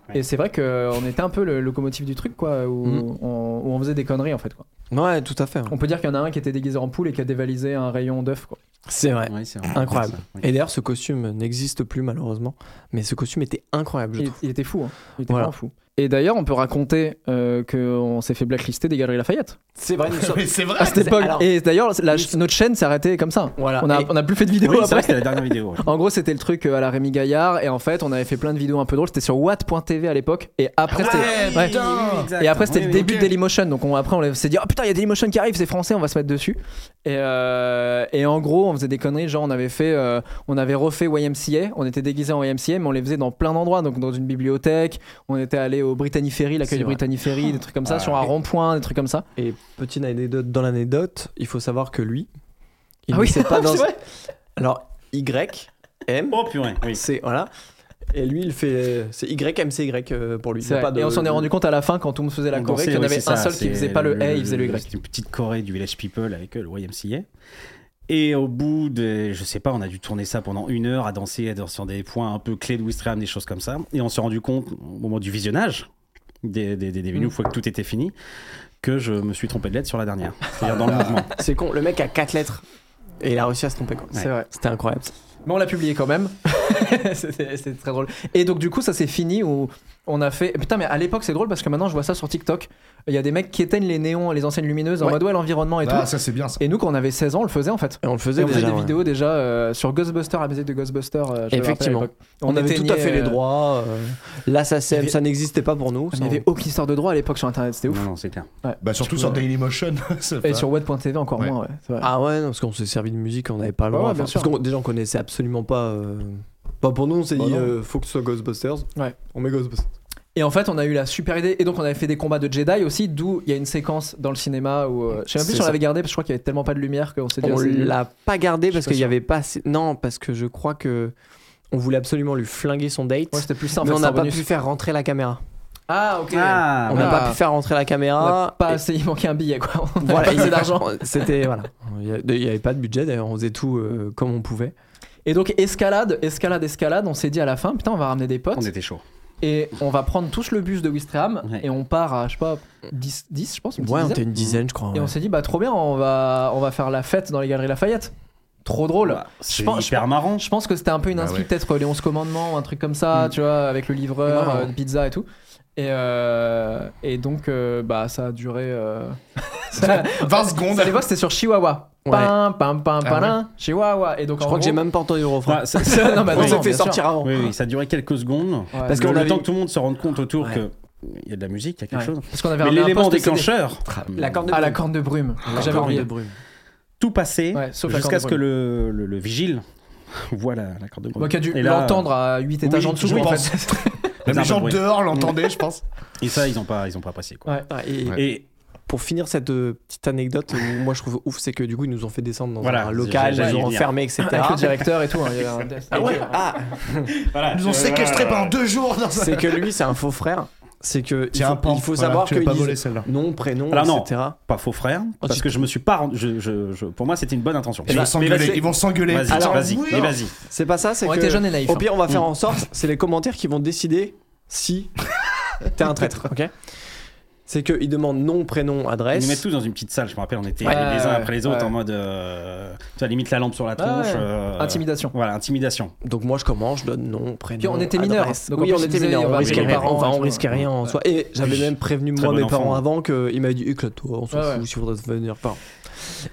Ouais.
et c'est vrai qu'on était un peu le locomotive du truc, quoi, où,
Mmh.
on, où on faisait des conneries en fait. Quoi.
Ouais, tout à fait. hein.
On peut dire qu'il y en a un qui était déguisé en poule et qui a dévalisé un rayon d'œuf. quoi.
C'est vrai.
Ouais, c'est vrai.
Incroyable.
Ça, ouais.
Et d'ailleurs, ce costume n'existe plus malheureusement, mais ce costume était incroyable, je
Il,
trouve.
il était fou, hein. il était
Voilà.
vraiment fou. Et d'ailleurs on peut raconter euh, qu'on s'est fait blacklister des Galeries Lafayette
C'est vrai. Nous
Mais c'est vrai.
à cette époque,
Ah, alors-
et d'ailleurs la-
Oui, c'est-
notre chaîne s'est arrêtée comme ça.
Voilà.
On a,
Et-
on a plus fait de vidéos
Oui, c'est vrai
après.
que c'était la dernière vidéo. ouais.
En gros, c'était le truc euh, à la Rémi Gaillard, et en fait, on avait fait plein de vidéos un peu drôles. C'était sur Watt.tv à l'époque, et après,
Ah
c'était. ouais. Et après, c'était
Oui,
le
oui,
début
ok.
de Dailymotion. Donc, on, après, on s'est dit, oh putain, il y a Dailymotion qui arrive, c'est français, on va se mettre dessus. Et, euh, et en gros, on faisait des conneries. Genre, on avait fait, euh, on avait refait YMCA. On était déguisés en YMCA, mais on les faisait dans plein d'endroits. Donc, dans une bibliothèque, on était allé au Brittany Ferry, l'accueil
C'est
du
vrai.
Brittany Ferry, des trucs comme ça, sur un rond-point, des trucs comme ça.
Et petite anecdote dans l'anecdote, il faut savoir que lui, il
Ah oui,
naissait pas dans.
c'est vrai.
Alors Y M
Oh purée, oui.
c'est voilà. Et lui, il fait c'est Y M C Y euh, pour lui. Il y a
C'est vrai.
pas de-
Et on s'en est rendu compte à la fin quand tout le monde faisait la
On
Corée
dansait,
qu'il y en
oui,
avait
c'est
un
ça,
seul qui
c'est
faisait pas le, A, il faisait le Y.
C'était une petite Corée du Village People avec euh, le YMCA. Et au bout de, je sais pas, on a dû tourner ça pendant une heure à danser, à danser sur des points un peu clés de Wistreham, des choses comme ça. Et on s'est rendu compte au moment du visionnage des, des,
Mm.
des, des menus, une fois que tout était fini, que je me suis trompé de lettre sur la dernière. C'est-à-dire dans le mouvement.
C'est con. Le mec a quatre lettres et il a réussi à se tromper quoi.
C'est vrai.
C'était incroyable. ça.
Mais on l'a publié quand même. C'était c'était très drôle. Et donc, du coup, ça s'est fini où on a fait. Putain, mais à l'époque, c'est drôle parce que maintenant, je vois ça sur TikTok. Il y a des mecs qui éteignent les néons, les enseignes lumineuses en
Ouais.
mode ouais, l'environnement et
Ah,
tout.
ça, c'est bien ça.
Et nous, quand on avait 16 ans, on le faisait en fait.
Et on le
Et
faisait
on faisait
déjà.
des
ouais.
vidéos déjà euh, sur Ghostbuster, la musique de Ghostbuster. euh, je me rappelle à
Effectivement.
l'époque.
On, avait tout à
éteignait,
fait les
euh,
droits. L'assassin,
il y avait-
ça n'existait pas pour nous.
Il
ça,
n'y avait aucune histoire de droit à l'époque sur internet, c'était ouf.
Non, non, c'est clair.
Bah, surtout
Tu
sur
vois.
Dailymotion. c'est
euh, Et
pas-
sur web.tv encore
Ouais.
moins, ouais. c'est vrai.
Ah ouais, non, parce qu'on s'est servi de musique, on n'avait pas le
Ouais,
droit.
ouais, bien
enfin,
sûr.
parce qu'on déjà on connaissait absolument pas. euh, Bah pour nous, on s'est
Bah
dit,
non.
euh, faut que ce soit Ghostbusters.
Ouais.
On met Ghostbusters.
Et en fait, on a eu la super idée. Et donc, on avait fait des combats de Jedi aussi, d'où il y a une séquence dans le cinéma où. euh, je sais même plus
C'est
si on
ça.
l'avait gardé, parce que je crois qu'il y avait tellement pas de lumière qu'on s'est dit. ah,
On
c'est nul.
l'a pas gardé
Je suis
parce
pas
qu'il y
sûr.
avait pas. assez- Non, parce que je crois que on voulait absolument lui flinguer son date.
Ouais, c'était plus simple.
mais on n'a pas pu faire rentrer la caméra.
Ah, ok.
Ah,
on
ouais.
n'a
voilà.
pas pu faire rentrer la
On a
caméra.
pas
Et-
assez, il manquait un billet, quoi. On avait
Voilà,
pas assez
il-
d'argent.
C'était voilà. Il y a- il y avait pas de budget d'ailleurs. On faisait tout euh, comme on pouvait.
Et donc, escalade, escalade, escalade. On s'est dit à la fin, putain, on va ramener des potes.
on était chaud.
Et on va prendre tous le bus de Wistreham.
Ouais.
Et on part à, je sais pas, 10, 10 je pense. Une petite
Ouais, on
dizaine.
était une dizaine, je crois.
Et
ouais.
on s'est dit, bah, trop bien, on va, on va faire la fête dans les galeries Lafayette. Trop drôle.
Bah, C'est
Oh Je pense-
hyper marrant.
Je pense que c'était un peu une
Bah
inscrite,
ouais.
peut-être euh, les 11 commandements, un truc comme ça,
Mm.
tu vois, avec le livreur,
Ouais,
euh,
ouais.
de pizza et tout. Et, euh, et donc, euh, bah, ça a duré. euh, ça-
20 secondes.
à l'époque, c'était sur Chihuahua.
Ouais.
Pam, pam, pam,
Ah
pam, Chihuahua. Et donc,
Je crois que j'ai
même
même pas entendu le refrain.
Enfin, ça-
non, bah,
on
non,
s'est
non,
fait
bien sûr.
sortir avant.
oui, oui, ça durait quelques secondes.
Ouais.
Parce
Parce que
qu'on
le
avait-
temps que tout le monde se rende compte autour
Ouais.
que qu'il y a de la musique, il y a quelque
Ouais.
chose.
Parce qu'on avait
Mais
ramené un
l'élément
poste CD.
déclencheur,
La corne de
Ah, la
brume.
corne de brume.
La
J'avais
corne
oublié.
de brume.
tout passé
Ouais, sauf la
jusqu'à
corne
ce
de
que
brume.
le, le- le vigile voit la, la corde de brume.
Moi qui a dû
Et là,
l'entendre à 8 étages
oui,
en dessous,
je
en
pense.
fait.
Même les
Zarbe
gens
Bruit.
Mm.
dehors l'entendaient, je pense.
Et ça, ils n'ont pas, ils ont pas apprécié. Quoi.
Ouais.
Ah, et
Ouais.
Et
pour finir cette euh, petite anecdote, où moi je trouve ouf, c'est que du coup ils nous ont fait descendre dans
Voilà,
un local, ils
j'allais
nous
y
ont
venir.
enfermés, etc.
Avec le directeur et tout. hein, il y avait un-
Ah ouais, ah,
voilà,
Ils nous ont
euh,
séquestrés pendant deux jours dans un-
c'est que lui c'est un faux frère c'est que il
Tiens,
faut,
un pan.
il faut
Voilà,
savoir
tu l'as
que
pas
ils Eh
volé
disent
celle-là.
nom, prénom,
Alors non.
etc.
Pas faux frère,
Oh,
parce
tu-
que je me suis pas rendu. je- je- je- pour moi, c'était une bonne intention.
Ils
bah,
vont
mais
s'engueuler.
vas-y.
Ils vont s'engueuler.
ben, Vas-y,
Putain,
Alors,
vas-y,
oui.
mais vas-y.
C'est pas ça, c'est
On
que.
était jeunes et naïfs, hein.
Au pire, on va faire
Mm.
en sorte, c'est les commentaires qui vont décider si t'es un traître, ok C'est qu'ils demandent nom, prénom,
Ils
adresse.
nous mettent tous dans une petite salle, je me rappelle, on était
Ah, Ouais.
les uns après les autres
Ouais.
en mode. euh, tu vois, limite la lampe sur la tronche.
ouais.
euh,
Intimidation.
Voilà, intimidation.
Donc moi je commence, je donne nom, prénom.
Puis on était mineurs,
adresse.
donc en
oui,
plus,
on
ils
était
disaient,
mineurs,
on
on
va
risquait
appeler les
rien,
parents,
enfin,
tu
on
vois.
risquait rien en soi. Et j'avais même prévenu
Très
moi
bon
mes
enfant.
parents avant qu'ils m'avaient dit éclate-toi, on s'en
Ouais, ouais.
fout si vous voudrez devenir parent.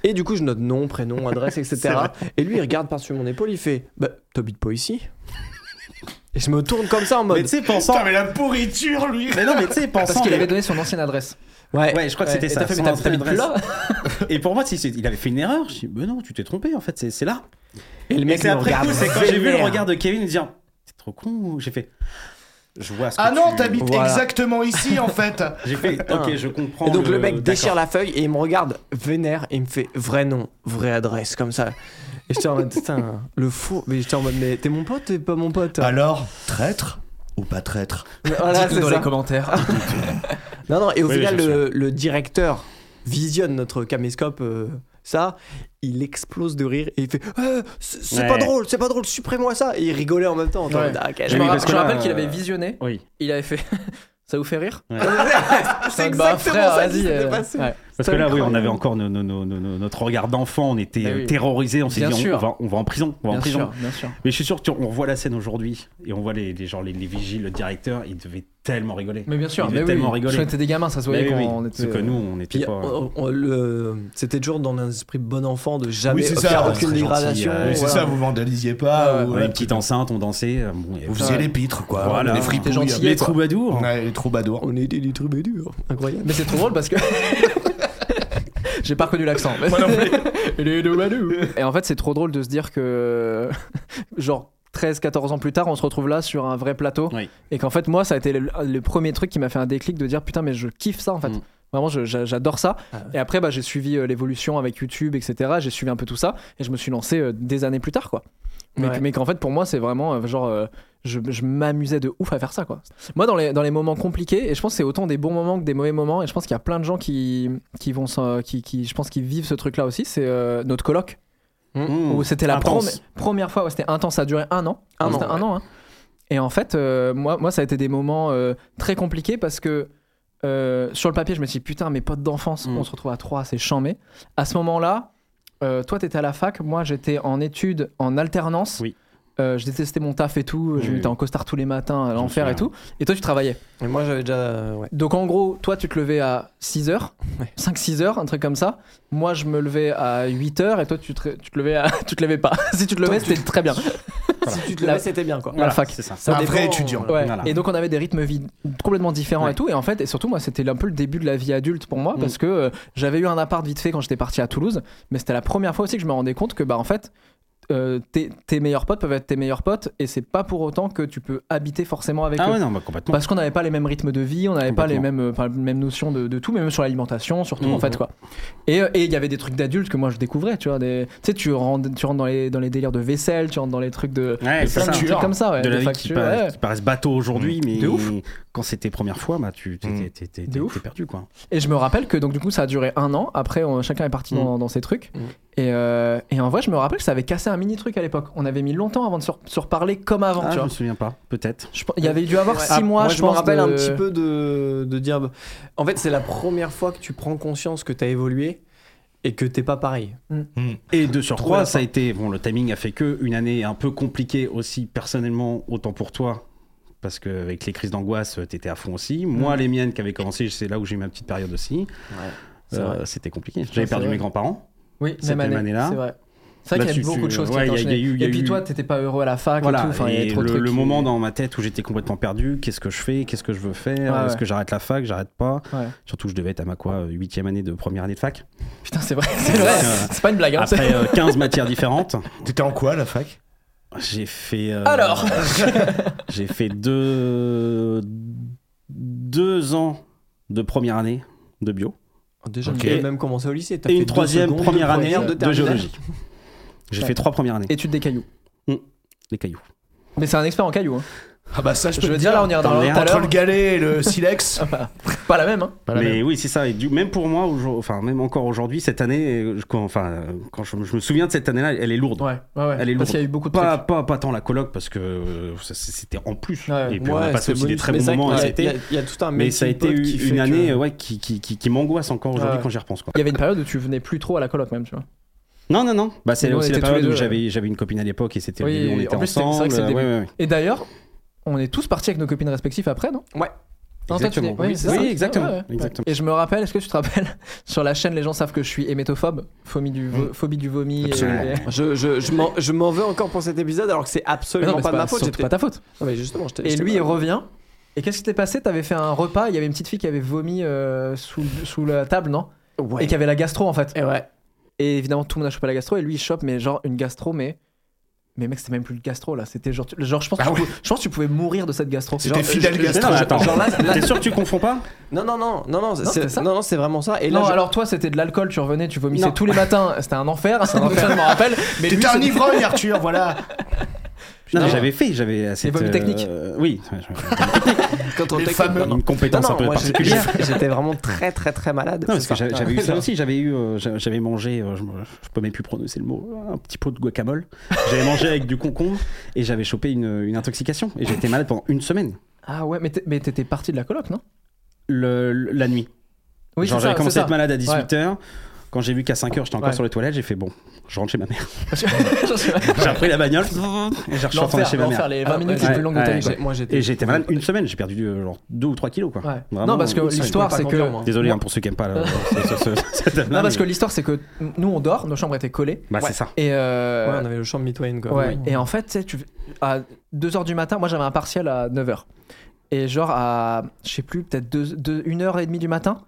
Et du coup je note nom, prénom, adresse, etc.
vrai.
Et lui il regarde par-dessus mon épaule, il fait bah t'habites pas ici Et je me tourne comme ça en mode.
Mais tu sais, pensant.
Putain, mais la pourriture, lui.
Mais non, mais tu sais, pensant.
Parce qu'il
mais-
avait donné son ancienne adresse.
Ouais.
Ouais, je crois que
Ouais,
c'était
et
ça.
t'as fait,
son
mais t'habites
adresse.
plus là
Et pour moi, tu sais, c'est- il avait fait une erreur. Je dis, mais non, tu t'es trompé, en fait, c'est c'est là.
Et le
Mais
mec
c'est
me
après
regarde.
coup, c'est quand j'ai vu le
vénère.
regard de Kevin, il dit, t'es trop con. ou J'ai fait. Je vois ce que
Ah non,
tu-
t'habites
Voilà.
exactement ici en fait.
J'ai fait, ok, je comprends.
Et donc le mec déchire la feuille et il me regarde vénère et il me fait vrai nom, vraie adresse, comme ça. Et j'étais en mode, putain, le fou. Mais j'étais en mode, mais t'es mon pote, t'es pas mon pote.
Ah,
Alors, traître ou pas traître
Voilà,
Dites-nous
c'est
dans
ça.
les commentaires.
Non, non, et au
Oui,
final,
oui, bien
le, le directeur visionne notre caméscope, euh, ça, il explose de rire et il fait Euh, C'est c'est pas
Ouais.
drôle, c'est pas drôle, supprime-moi ça Et il rigolait en même temps. en
Ouais.
mode, Ah, ok,
Je
je
me
me
Oui,
ra-
parce que
je me
là,
rappelle qu'il
euh,
avait visionné,
Oui.
il avait fait. Ça vous fait rire
rappelle. C'est
En mode, bah,
exactement
frère,
ça
vas-y,
qui s'était
euh,
passé.
ouais.
Parce que là, oui, on avait encore nos- nos- nos- nos- nos- notre regard d'enfant, on était
Mais
euh,
oui.
terrorisés, on s'est
Bien
dit, on
sûr.
va, on va en prison, on va en
Bien
prison.
sûr, bien sûr.
Mais je suis sûr que tu- on revoit la scène aujourd'hui et on voit les, les, genre, les, les vigiles, le directeur, il devait tellement rigoler.
Mais bien sûr,
Il
mais
devait
oui,
tellement
oui.
rigoler.
Parce qu'on était des gamins, ça se
Mais
voyait
oui,
quand
oui.
on
Parce
était.
que nous, on était
Puis, oh,
pas.
on- on- le- c'était toujours dans un esprit bon enfant de jamais
Oui, c'est
faire
ça,
aucune
très gentil,
dégradation.
euh,
Oui, c'est
voilà.
ça, vous vandalisiez pas.
Ouais,
on
ou,
avait
euh,
une petite enceinte, on dansait. euh, bon, et-
Vous faisiez
Ouais.
les pitres, quoi.
Voilà.
Les
T'es
fripouilles.
gentil.
les
quoi.
troubadours.
Ouais, les troubadours.
On était des troubadours. Incroyable.
Mais c'est trop drôle parce que. J'ai pas reconnu l'accent. mais- Il est doubalou. Et en fait, c'est trop drôle de se dire que, genre, 13-14 ans plus tard, on se retrouve là sur un vrai plateau.
Oui.
Et qu'en fait, moi, ça a été le, le premier truc qui m'a fait un déclic de dire putain, mais je kiffe ça en fait.
Mm.
Vraiment, je- j'a- j'adore ça.
Ah ouais.
Et après, bah, j'ai suivi euh, l'évolution avec YouTube, etc. J'ai suivi un peu tout ça. Et je me suis lancé euh, des années plus tard, quoi. Mais,
Ouais.
mais qu'en fait, pour moi, c'est vraiment euh, genre. euh, je, je m'amusais de ouf à faire ça quoi. Moi dans les, dans les moments compliqués, et je pense que c'est autant des bons moments que des mauvais moments, et je pense qu'il y a plein de gens qui, qui vont s'en- qui, qui- je pense qu'ils vivent ce truc là aussi, c'est euh, notre colloque
Mmh.
où c'était la
Intense.
premi- première fois, ouais, c'était intense, ça a duré un an.
Un
C'était
an,
un
ouais.
an hein. Et en fait, euh, moi, moi, ça a été des moments euh, très compliqués parce que euh, sur le papier, je me suis dit, putain, mes potes d'enfance,
Mm.
on se retrouve à trois, c'est chambé. À ce moment-là, euh, toi, t'étais à la fac, moi, j'étais en études, en alternance.
Oui.
Euh, je détestais mon taf et tout,
Oui,
je
oui.
mettais en costard tous les matins, à
me
l'enfer et
souviens.
tout. Et toi, tu travaillais.
Et moi j'avais déjà. euh, ouais.
Donc en gros, toi tu te levais à 6h,
Ouais.
5-6 heures, un truc comme ça. Moi je me levais à 8h et toi tu te, tu te levais à... tu te levais pas. si tu te levais, c'était très bien.
Si tu te
La-
levais, c'était bien quoi.
la fac.
C'est ça.
Ça
Un vrai
dépend-
étudiant.
Ouais.
Voilà.
Et donc on avait des rythmes vie complètement différents
Ouais.
et tout. Et en fait, et surtout moi, c'était un peu le début de la vie adulte pour moi
Mm.
parce que euh, j'avais eu un appart vite fait quand j'étais parti à Toulouse, mais c'était la première fois aussi que je me rendais compte que bah en fait. euh, tes, tes meilleurs potes peuvent être tes meilleurs potes et c'est pas pour autant que tu peux habiter forcément avec
Ah
eux.
ouais, non, bah, complètement.
Parce qu'on n'avait pas les mêmes rythmes de vie, on n'avait pas les
Complètement.
mêmes, euh, enfin, les mêmes notions de, de tout, mais même sur l'alimentation, surtout
Mhm.
en fait quoi. Et euh, et il y avait des trucs d'adultes que moi je découvrais, tu vois. des- Tu sais, tu rentres, tu rentres dans, les, dans les délires de vaisselle, tu rentres dans les trucs de.
Ouais,
plein
c'est
de
ça. Mm.
trucs comme ça, ouais,
de la
des
vie qui,
factures,
paraît-
ouais.
qui paraissent bateaux aujourd'hui, mais
De ouf.
quand c'était première fois, bah, tu t'es-
Mm.
t'es- t'es- t'es
De
t'es
ouf.
perdu quoi.
Et je me rappelle que donc du coup ça a duré un an. Après on- chacun est
Mmh.
parti dans, dans ses trucs.
Mhm.
Et, euh, et en vrai je me rappelle que ça avait cassé un mini truc à l'époque. On avait mis longtemps avant de se, re- se reparler comme avant.
Ah,
tu
je
vois.
me souviens pas, peut-être.
Je pe- Il y avait dû avoir
Ouais.
six
Ah,
mois.
moi, je, me
pense,
rappelle
de-
un petit peu de, de dire. En fait, c'est la première fois que tu prends conscience que t'as évolué et que t'es pas pareil.
Mm.
Et de surcroît,
la
ça a été bon. Le timing a fait que une année un peu compliquée aussi personnellement, autant pour toi. Parce que avec les crises d'angoisse, euh, t'étais à fond aussi. Moi,
Mm.
les miennes qui avaient commencé, c'est là où j'ai eu ma petite période aussi.
c'est
Euh,
vrai.
C'était compliqué. J'avais
c'est
perdu
vrai.
mes grands-parents.
Oui,
Cette
même
même
année.
année-là.
C'est vrai. C'est vrai qu'il y a
Là-dessus,
beaucoup de
tu-
choses qui
ouais, il y
étaient
a- il y a eu- il y a
Et puis
eu-
toi, t'étais pas heureux à la fac et tout.
Voilà.
Enfin, il y
Et
avait trop de
le,
trucs
le
qui-
moment dans ma tête où j'étais complètement perdu. Qu'est-ce que je fais Qu'est-ce que je veux faire
Ouais,
Est-ce
ouais.
que j'arrête la fac J'arrête pas.
Ouais.
Surtout, que je devais être à ma quoi euh, huitième année de première année de fac.
Putain, c'est vrai, c'est vrai.
Euh,
C'est pas une blague. Hein,
Après euh, 15 matières différentes,
T'étais en quoi à la fac
j'ai fait. euh,
Alors
J'ai fait deux, deux ans de première année de bio.
Déjà,
Ok.
tu as même commencé au lycée. T'as
et
fait
une
deux
troisième
secondes
première année
première
de,
terminale.
géologie. J'ai
Ouais.
fait trois premières années.
Étude des cailloux.
Les cailloux.
Mais c'est un expert en cailloux. hein.
Ah bah ça, je
Je
peux
veux
le
dire,
dire.
là, on ira dans
Dans
l'ordre tout à
Entre le
l'heure.
galet et le
Ah,
silex.
bah.
Pas la même, hein.
Pas la même.
Mais oui, c'est ça. Et du, même pour moi, aujourd'hui- enfin, même encore aujourd'hui, cette année, euh, je- quand, enfin, euh, quand je, je me souviens de cette année-là, elle est lourde.
Ouais, ouais, ouais.
Elle est
Parce
lourde.
qu'il y a eu beaucoup de
Pas,
trucs.
pas, pas tant la coloc, parce que euh, ça, c'est- c'était en plus.
Ouais.
et puis on a passé
c'est
aussi
bon-
des très
mais
bons
c'est vrai
moments. et
qu'il y a-
c'était-
il y a- Il y a tout un
mais ça a été
melting pot qui
une
fait que-
année euh, ouais, qui, qui, qui, qui m'angoisse encore aujourd'hui
Ouais.
quand j'y repense. Quoi.
Il y avait une période où tu venais plus trop à la coloc, même, tu vois.
Non, non, non. Bah, c'est
Nous, on
aussi
était
la
tous
période
les
où
deux,
j'avais j'avais une copine à l'époque et c'était,
Oui,
on
en
était
plus, c'était- c'est
ensemble.
vrai que c'est le
ouais,
début.
ouais, ouais.
Et d'ailleurs, on est tous partis avec nos copines respectives après, non
Ouais.
Non, toi, tu dis-
Exactement.
oui,
Oui,
c'est
oui,
ça.
exactement.
Ouais, ouais.
Exactement.
Et je me rappelle, est-ce que tu te rappelles Sur la chaîne, les gens savent que je suis hémétophobe, phobie du,
Mm.
vo- phobie du vomi. et-
Absolument.
et-
euh,
Je, je, je m'en- je m'en veux encore pour cet épisode alors que c'est
Mais
absolument
non, mais
pas
c'est
de ma
pas,
faute.
surtout
j'étais-
pas ta faute.
Non, mais justement, je t'ai-
Et
je t'ai
lui,
pas-
il revient. Et qu'est-ce qui s'était passé T'avais fait un repas, il y avait une petite fille qui avait vomi euh, sous, sous la table, non
Ouais.
Et qui avait la gastro en fait.
Et ouais.
Et évidemment, tout le monde a chopé la gastro et lui, il chope, mais genre une gastro, mais. Mais mec, c'était même plus le gastro là. C'était genre. tu- genre je, pense que
Ah
tu, pouvais- je pense que tu pouvais mourir de cette gastro.
C'était
Genre, euh,
fidèle
Mais non,
gastro.
mais attends.
Genre là- là-
T'es sûr que tu confonds pas
Non, non, non, non, non,
c'était
c'est
ça
non, non, c'est vraiment ça. Et là,
non,
je-
alors toi, c'était de l'alcool, tu revenais, tu vomissais
Non.
tous les matins, c'était un enfer. C'est un enfer, je m'en rappelle. Mais lui,
T'étais un
c'était-
ivrogne, Arthur, voilà.
Non,
Non.
mais j'avais fait, j'avais assez.
vomis techniques.
Oui, ouais, j'avais
quand on
les
t'écoute-
fameux-
non, non.
une compétence
Non,
un peu
moi, j'ai-
particulière.
J'étais vraiment très, très, très malade.
Non, parce
ce
que
soir.
j'avais j'avais eu ça aussi. J'avais eu, euh, j'a- j'avais mangé, euh, je, me- je peux même plus prononcer le mot, un petit pot de guacamole. J'avais mangé avec du concombre et j'avais chopé une, une intoxication et j'étais malade pendant une semaine
Ah ouais, mais t'es- mais t'étais parti de la coloc, non
le, le- la nuit.
Oui,
Genre
c'est ça,
j'avais
c'est
commencé à
ça.
être malade à 18 h Quand j'ai vu qu'à 5 h j'étais encore
Ouais.
sur les toilettes, j'ai fait bon, je rentre chez ma mère.
J'en sais rien.
J'ai repris la bagnole et j'ai retourné
L'enfer,
chez ma
l'enfer,
mère.
les
Ah,
20 minutes les
ouais,
plus longues de ta
ouais.
vie. quoi.
J'ai- Moi, j'étais.
Et j'ai été malade une semaine, j'ai perdu euh, genre 2 ou 3 kilos quoi.
Ouais.
Vraiment,
non, parce que
une semaine.
l'histoire, c'est
Je pouvais pas
que.
conduire, moi.
Désolé
Moi-
hein, pour ceux qui aiment pas là, ce- ce- ce- cette dame-là,
Non, parce que
mais-
l'histoire, c'est que nous, on dort, nos chambres étaient collées.
Bah,
Ouais.
c'est ça.
Et,
Ouais,
euh,
on avait le champ de Midwayne, quoi.
Ouais, et en fait, tu sais, tu à 2h du matin, moi j'avais un partiel à 9h. Et genre à, je sais plus, peut-être 1h30 du matin,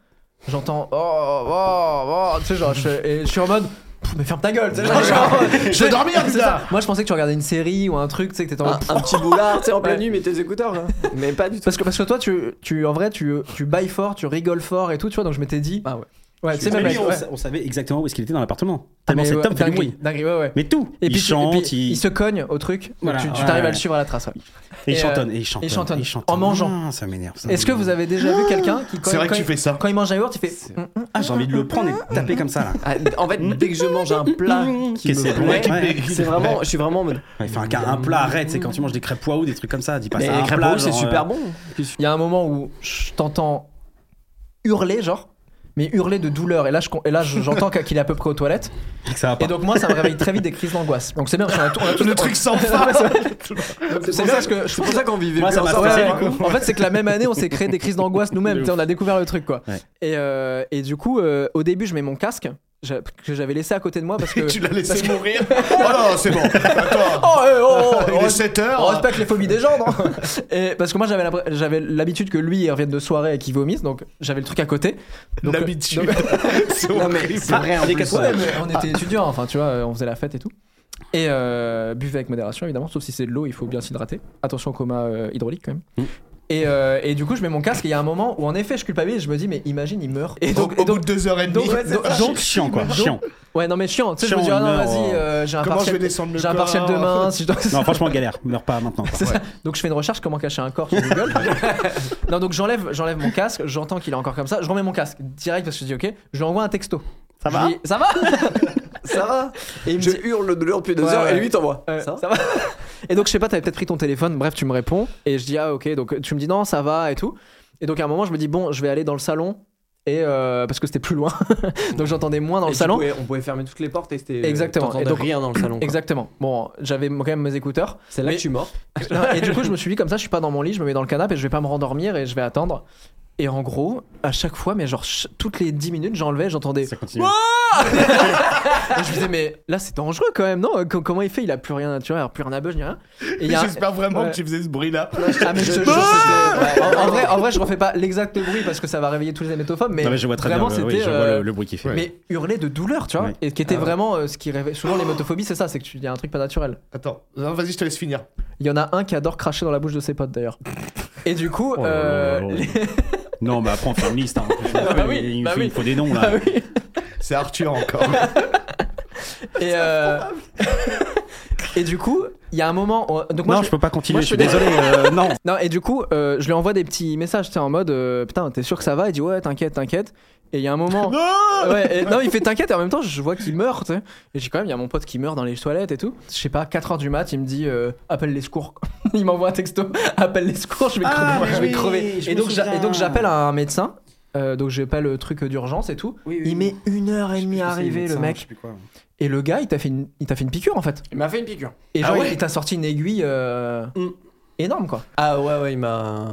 j'entends oh, oh, oh, tu sais, genre, je, fais- et je suis en mode, Pff, mais ferme ta gueule, tu sais, genre, genre,
Je vais dormir,
c'est
bizarre.
ça. Moi je pensais que tu regardais une série ou un truc, tu sais, que t'étais en
Un,
mode.
un petit boulard, tu sais, en pleine
Ouais.
nuit, mais tes écouteurs. hein. Mais pas du tout.
Parce que, parce que toi, tu, tu, en vrai, tu, tu bailles fort, tu rigoles fort et tout, tu vois, donc je m'étais dit.
Ah ouais.
Ouais, tu sais, même
Lui,
avec-
on,
ouais.
sa- on savait exactement où est-ce qu'il était dans l'appartement.
Ah, mais
Tellement
ouais,
cet homme fait du
dinguerie,
bruit.
dinguerie, ouais, ouais.
Mais tout.
Et
il
puis, tu- et
chante,
puis,
il,
il se cogne au truc, donc
Voilà,
tu, tu
ouais,
t'arrives à le
ouais.
suivre à la trace. ouais.
et il
et, euh,
chantonne, et il chantonne,
il chantonne.
il
En mangeant.
Ah, ça m'énerve. ça.
Est-ce que vous avez déjà vu quelqu'un qui
C'est vrai que
quand
tu
il-
fais ça.
Quand il mange un yaourt, il fait.
C'est-
Hum, hum.
Ah, j'ai envie de le prendre et de taper comme ça là.
Ah, en fait, dès que je mange un plat qui
Qu'est-ce que
me
c'est
plaît,
bon, ouais.
c'est vraiment, je suis vraiment en mode.
Ouais, enfin, un, un plat, arrête, c'est quand tu manges des crêpes ou des trucs comme ça, dis pas
Mais
ça. à
les
un
crêpes
plat,
au lait, c'est
genre,
super
euh,
bon.
Il y a un moment où je t'entends hurler, genre, mais hurler de douleur. Et là, je con- et là, je- j'entends qu'il est à peu près aux toilettes.
et que ça va pas.
Et donc, moi, ça me réveille très vite des crises d'angoisse. Donc, c'est bien, parce qu'on a tout- on a tous-
Le truc sans fin.
c'est bien parce que je
C'est pour ça qu'on vivait
Moi,
plus
ça m'a
Ouais,
ensemble.
stressé,
ouais, ouais. En fait, c'est que la même année, on s'est créé des crises d'angoisse nous-mêmes.
De
tu sais, On a découvert le truc, quoi.
Ouais.
Et, euh, et du coup, euh, au début, je mets mon casque j'a- que j'avais laissé à côté de moi parce que.
Tu l'as laissé mourir. Oh non, c'est bon. Attends.
Oh, eh, oh, oh,
Il
oh,
est 7
On
heures.
respecte les phobies des gens, non et Parce que moi j'avais l'impré- j'avais l'habitude que lui il revienne de soirée et qu'il vomisse, donc j'avais le truc à côté. Donc, euh,
L'habitude.
donc-
C'est
Non, mais
horrible.
c'est vrai, en
Ah, des
plus.
casseroles.
Ouais, mais on était étudiants, enfin tu vois, on faisait la fête et tout. Et euh, buvez avec modération évidemment, sauf si c'est de l'eau, il faut bien s'hydrater. Attention au coma euh, hydraulique quand même.
Mm.
Et, euh, et du coup, je mets mon casque et il y a un moment où en effet je culpabilise, je me dis, mais imagine, il meurt. Et donc,
au,
et donc-
bout de 2 heures et demie.
donc- donc- donc-
Donc, chiant quoi,
donc-
chiant.
ouais, non mais chiant, tu sais, je me
Chiant,
dis, ah non,
il meurt.
vas-y, euh, j'ai un
Comment je vais
partiel,
descendre le
j'ai un
corps
partiel demain, si je dois.
Non, franchement, galère, meurs pas maintenant. quoi.
C'est ça. Donc je fais une recherche comment cacher un corps sur Google. non donc j'enlève j'enlève mon casque, j'entends qu'il est encore comme ça, je remets mon casque direct parce que je dis ok, je lui envoie un texto.
Ça
Je
va
dis, Ça va
Ça va Et il me
Je-
dit, hurle de douleur depuis deux
Ouais,
heures
ouais.
et lui t'envoie.
Euh,
Ça va
va Et donc je sais pas, t'avais peut-être pris ton téléphone, bref tu me réponds et je dis ah ok donc tu me dis non ça va et tout. Et donc à un moment je me dis bon je vais aller dans le salon et euh, parce que c'était plus loin donc j'entendais moins dans
Et
le
tu
salon.
pouvais- on pouvait fermer toutes les portes et c'était. euh,
Exactement.
t'entendais
Et donc-
rien dans le salon. quoi.
Exactement. Bon, j'avais quand même mes écouteurs.
C'est là
Mais-
que tu suis mort.
Non, et du coup, je me suis dit comme ça, je suis pas dans mon lit, je me mets dans le canapé et je vais pas me rendormir et je vais attendre. Et en gros, à chaque fois, mais genre ch- toutes les 10 minutes, j'enlevais, j'entendais.
Ça continue.
Et je me disais, mais là, c'est dangereux quand même, non Co- Comment il fait Il a plus rien, tu vois, il a plus rien à buzz, ni rien. Et il y a-
J'espère vraiment
Ouais.
que tu faisais ce bruit-là.
Ah, mais je te jure, c'était- en, en vrai, en vrai, je refais pas l'exact bruit parce que ça va réveiller tous les hémétophobes, mais,
Non, mais je vois très
vraiment,
bien le,
c'était.
oui, je vois
euh,
le, le bruit qu'il fait.
Mais hurler de douleur, tu vois,
Ouais.
et qui était vraiment euh, ce qui réveille. Souvent, l'hémétophobie, c'est ça, c'est qu'il y a un truc pas naturel.
Attends, non, vas-y, je te laisse finir.
Il y en a un qui adore cracher dans la bouche de ses potes d'ailleurs. Et du coup,
Oh là
euh,
là là là.
les-
Non, mais après, on fait une liste. hein.
Bah oui,
il,
bah
faut,
oui.
il faut des noms
Ah
là.
oui.
C'est Arthur encore.
Et, euh, et du coup, il y a un moment. on- Donc moi,
non,
je-
je peux pas continuer,
moi,
je
je
suis
fais
désolé. euh, non.
Non, et du coup, euh, je lui envoie des petits messages, tu sais, en mode euh, Putain, t'es sûr que ça va Il dit Ouais, t'inquiète, t'inquiète. Et il y a un moment. non, ouais, et- non, il fait T'inquiète, et en même temps, je vois qu'il meurt, tu sais. Et j'ai quand même, il y a mon pote qui meurt dans les toilettes et tout. Je sais pas, 4h du mat, il me dit euh, Appelle les secours. il m'envoie un texto Appelle les secours, je vais
Ah,
crever.
mais
je vais
oui,
crever.
je
et,
me
donc, j'a-
souviens.
et donc, j'appelle un médecin. Euh, donc, j'appelle le truc d'urgence et tout. Il met une heure et demie à arriver, le mec. Et le gars, il t'a fait une, il t'a fait une piqûre en fait.
Il m'a fait une piqûre.
Et
Ah
genre, il-
ouais
il t'a sorti une aiguille euh,
Mm.
énorme quoi.
Ah ouais, ouais, il m'a.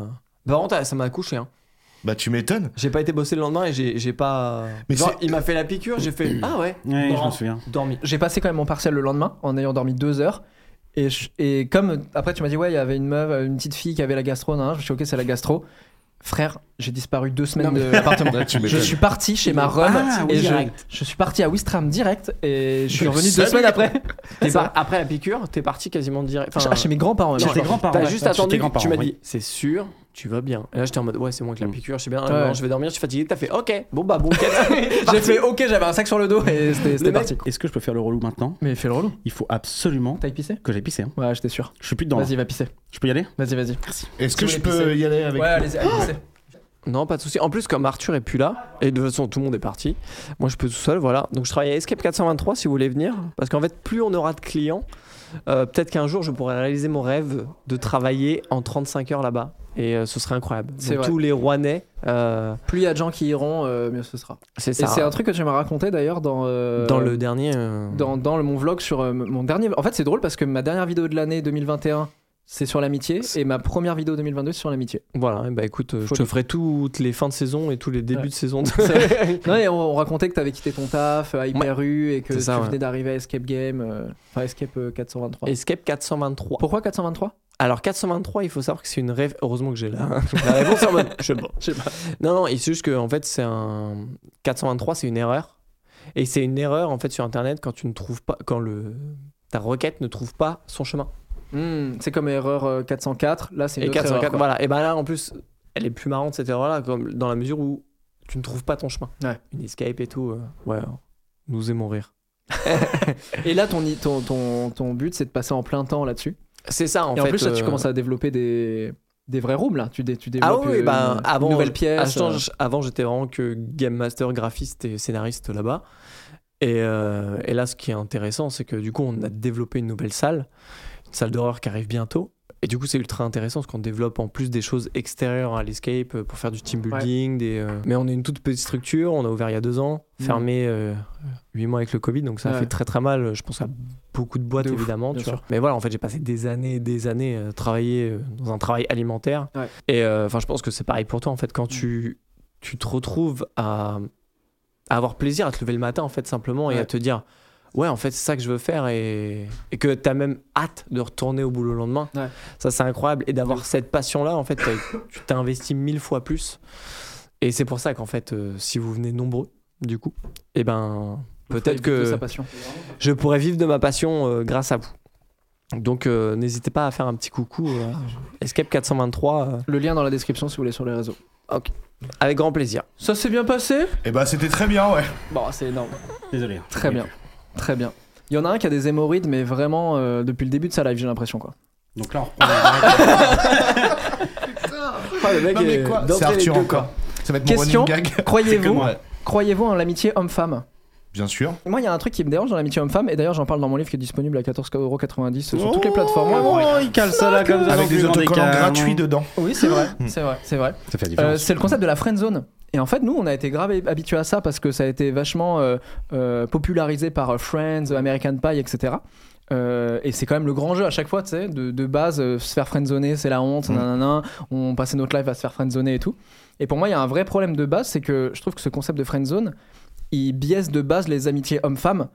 Bah, Par contre, ça m'a couché. Hein.
Bah, tu m'étonnes.
J'ai pas été bosser le lendemain et j'ai j'ai pas.
Mais
Genre,
c'est-
il m'a fait la piqûre, j'ai fait Ah ouais,
Ouais, je
Bon.
me souviens.
dormi.
J'ai passé quand même mon partiel le lendemain en ayant dormi deux heures. Et, je- et comme après, tu m'as dit, ouais, il y avait une meuf, une petite fille qui avait la gastro. nan, nan, je me suis dit, ok, c'est la gastro. Frère, j'ai disparu deux semaines de l'appartement.
tu
Je
m'étonnes.
suis parti chez ma run
Ah, oui,
et je,
direct.
je suis parti à Wistram direct et je suis
Mais
revenu deux
salut.
semaines après.
T'es
C'est ça.
par- Après la piqûre, t'es parti quasiment direct. Enfin,
chez mes grands-parents. même.
Chez
Non,
tes
je-
grands-parents.
T'as
ouais.
juste
Chez tes
attendu,
grands-parents,
tu m'as
oui.
dit, c'est sûr, tu vas bien. Et là, j'étais en mode, ouais, c'est moi avec la
Mm.
piqûre, je sais bien,
Ouais.
non, je vais dormir, je suis fatigué. T'as fait, ok, bon bah, bon,
J'ai fait, ok, j'avais un sac sur le dos et c'était c'était
Le mec-
parti.
Est-ce que je peux faire le relou maintenant
Mais fais le relou.
Il faut absolument
T'as pissé
que j'aille pisser. hein.
Ouais, j'étais sûr.
Je suis plus dedans. là.
Vas-y, va pisser.
Je peux y aller
Vas-y, vas-y.
Est-ce
Si
que
vous
je
voulez
peux
pisser.
y aller avec
Ouais,
toi
allez-y, allez pisser.
Non, pas de souci. En plus, comme Arthur est plus là, et de toute façon tout le monde est parti, moi je peux tout seul, voilà. Donc je travaille à Escape 423 si vous voulez venir, parce qu'en fait, plus on aura de clients, euh, peut-être qu'un jour je pourrai réaliser mon rêve de travailler en 35 heures là-bas, et euh, ce serait incroyable.
C'est
Donc,
vrai.
tous les Rouennais, euh,
Plus il y a de gens qui iront, euh, mieux ce sera.
c'est
Et
ça.
c'est un truc que tu m'as raconté d'ailleurs dans. euh,
Dans le dernier. euh,
dans, dans le- mon vlog sur euh, mon dernier. En fait, c'est drôle parce que ma dernière vidéo de l'année 2021, c'est sur l'amitié et ma première vidéo 2022, c'est sur l'amitié.
Voilà, et bah écoute, euh, je
Faut
te
le-
ferai toutes les fins de saison et tous les débuts
Ouais.
de saison.
Non, et on, on racontait que t'avais quitté ton taf euh, à Hyperu et que
C'est ça,
tu
ouais.
venais d'arriver à Escape Game, euh, enfin Escape euh, 423.
Escape 423.
Pourquoi 423
Alors 423, il faut savoir que c'est une rêve. Heureusement que j'ai la, la réponse en mode. Je sais pas.
Je sais pas.
Non, non, et c'est juste que en fait, c'est un 423, c'est une erreur. Et c'est une erreur en fait sur Internet quand tu ne trouves pas, quand le ta requête ne trouve pas son chemin.
Hmm, c'est comme erreur euh, 404. Là, c'est une
Et
autre
404,
erreur, quoi.
voilà. Et ben là, en plus, elle est plus marrante cette erreur-là, comme dans la mesure où tu ne trouves pas ton chemin.
Ouais.
Une escape et tout. euh, ouais, nous aimons rire.
Et là, ton, i- ton, ton, ton but, c'est de passer en plein temps là-dessus.
C'est ça en
et
fait.
en plus, là, tu
euh,
commences à développer des, des vrais rooms là. Tu, dé- tu
Ah
développes
oui,
euh,
bah,
une, une
avant,
nouvelle
je-
pièce.
ah, je
euh.
change. Avant, j'étais vraiment que game master, graphiste et scénariste là-bas. Et, euh, et là, ce qui est intéressant, c'est que du coup, on a développé une nouvelle salle, une salle d'horreur qui arrive bientôt. Et du coup, c'est ultra intéressant parce qu'on développe en plus des choses extérieures à l'escape euh, pour faire du team building. Des, euh, Mais on est une toute petite structure, on a ouvert il y a deux ans,
Mm.
fermé euh, huit mois avec le Covid, donc ça
Ouais.
a fait très très mal, je pense, à beaucoup de boîtes
De ouf,
évidemment.
bien
tu vois.
sûr.
Mais voilà, en fait, j'ai passé des années et des années euh, travailler euh, dans un travail alimentaire.
Ouais. Mm.
Et euh, enfin, je pense que c'est pareil pour toi en fait, quand tu, tu te retrouves à, à avoir plaisir à te lever le matin en fait simplement et
Ouais.
à te dire. Ouais, en fait, c'est ça que je veux faire et, et que t'as même hâte de retourner au boulot le lendemain.
Ouais.
Ça, c'est incroyable. Et d'avoir cette passion-là, en fait, t'as- tu t'es investi mille fois plus. Et c'est pour ça qu'en fait, euh, si vous venez nombreux, du coup, eh ben, peut-être
Faut éviter
que
sa passion.
je pourrais vivre de ma passion euh, grâce à vous. Donc, euh, n'hésitez pas à faire un petit coucou. euh,
Ah,
Escape 423, euh,
Le lien dans la description si vous voulez sur les réseaux.
avec grand plaisir.
Ça s'est bien passé
Eh bah, c'était très bien, ouais.
Bon, c'est énorme.
Désolé.
Très bien. Très bien. Il y en a un qui a des hémorroïdes, mais vraiment euh, depuis le début de sa live, j'ai l'impression quoi.
Donc là, on
Ah,
reprend.
Ah, le mec
Non, mais quoi C'est Arthur encore. Ça va être mon
Question
running gag.
Croyez-vous
moi.
Croyez-vous en l'amitié homme-femme
Bien sûr.
Moi, il y a un truc qui me dérange dans l'amitié homme-femme, et d'ailleurs, j'en parle dans mon livre qui est disponible à 14,90€ sur toutes les plateformes.
Oh, il cale ça là comme ça.
Avec des autocollants gratuits dedans.
ah
Oui, c'est vrai,
Hmm.
c'est vrai, c'est vrai.
Ça fait la
Euh,
différence.
c'est le concept de la friend zone. Et en fait, nous, on a été grave habitués à ça parce que ça a été vachement euh, euh, popularisé par euh, Friends, American Pie, etc. Euh, et c'est quand même le grand jeu à chaque fois, tu sais, de, de base, euh, se faire friendzoner, c'est la honte,
Mm.
nanana, on passait notre life à se faire friendzoner et tout. Et pour moi, il y a un vrai problème de base, c'est que je trouve que ce concept de friendzone, il biaise de base les amitiés hommes-femmes,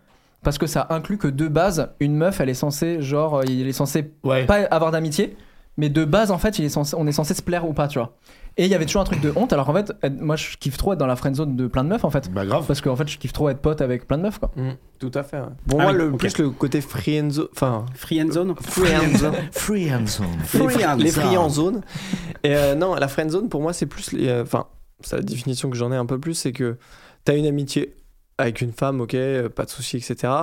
parce que ça inclut que de base, une meuf, elle est censée, genre, euh, il est censé
Ouais.
pas avoir d'amitié, mais de base, en fait, il est censé- on est censé se plaire ou pas, tu vois. Et il y avait toujours un truc de honte, alors qu'en fait, être- moi, je kiffe trop être dans la friend zone de plein de meufs, en fait.
Bah, grave.
Parce qu'en fait, je kiffe trop être pote avec plein de meufs, quoi.
Tout à fait. Bon,
Ah
moi,
oui,
le,
ok.
plus le côté free and zone. Enfin,
Free and zone.
free and zone.
Free and zone.
les,
Free and
les
zone.
free en zone. Et euh, non, la friend zone, pour moi, c'est plus. les, euh, Enfin, c'est la définition que j'en ai un peu plus, c'est que t'as une amitié avec une femme, ok, euh, pas de souci, etc.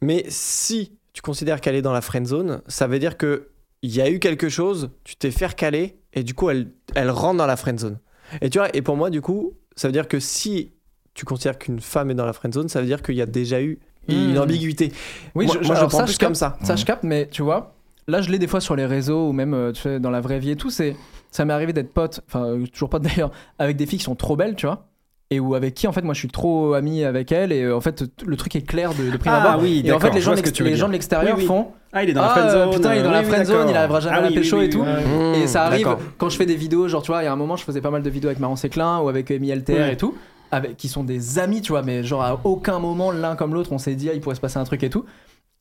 Mais si tu considères qu'elle est dans la friend zone, ça veut dire que il y a eu quelque chose, tu t'es fait caler et du coup elle, elle rentre dans la friend zone. Et tu vois, et pour moi du coup, ça veut dire que si tu considères qu'une femme est dans la friend zone, ça veut dire qu'il y a déjà eu une
Mmh.
ambiguïté.
Oui,
moi,
je,
moi, je
alors
le prends
ça,
plus
je
comme
capte-
ça.
Ça, je capte, mais tu vois, là, je l'ai des fois sur les réseaux ou même euh, tu sais, dans la vraie vie et tout. C'est, ça m'est arrivé d'être pote, enfin, euh, toujours pote d'ailleurs, avec des filles qui sont trop belles, tu vois. Et ou avec qui, en fait, moi, je suis trop ami avec elles. Et euh, en fait, t- le truc est clair de, de prime
Ah
abord.
oui,
et en
d'accord,
fait, les
je
gens,
vois ce
de
que
l'ex-
tu veux
les gens
dire.
de l'extérieur
Oui, oui.
font.
Ah, il est dans la
Ah,
friend zone.
euh, putain, il est dans la friend zone, il arrivera jamais à la pécho et tout.
Mmh,
Et ça arrive quand je fais des vidéos, genre tu vois, il y a un moment je faisais pas mal de vidéos avec Marron Séclin ou avec Emi LTR
Ouais.
et tout, avec, qui sont des amis, tu vois, mais genre à aucun moment l'un comme l'autre on s'est dit ah, il pourrait se passer un truc et tout.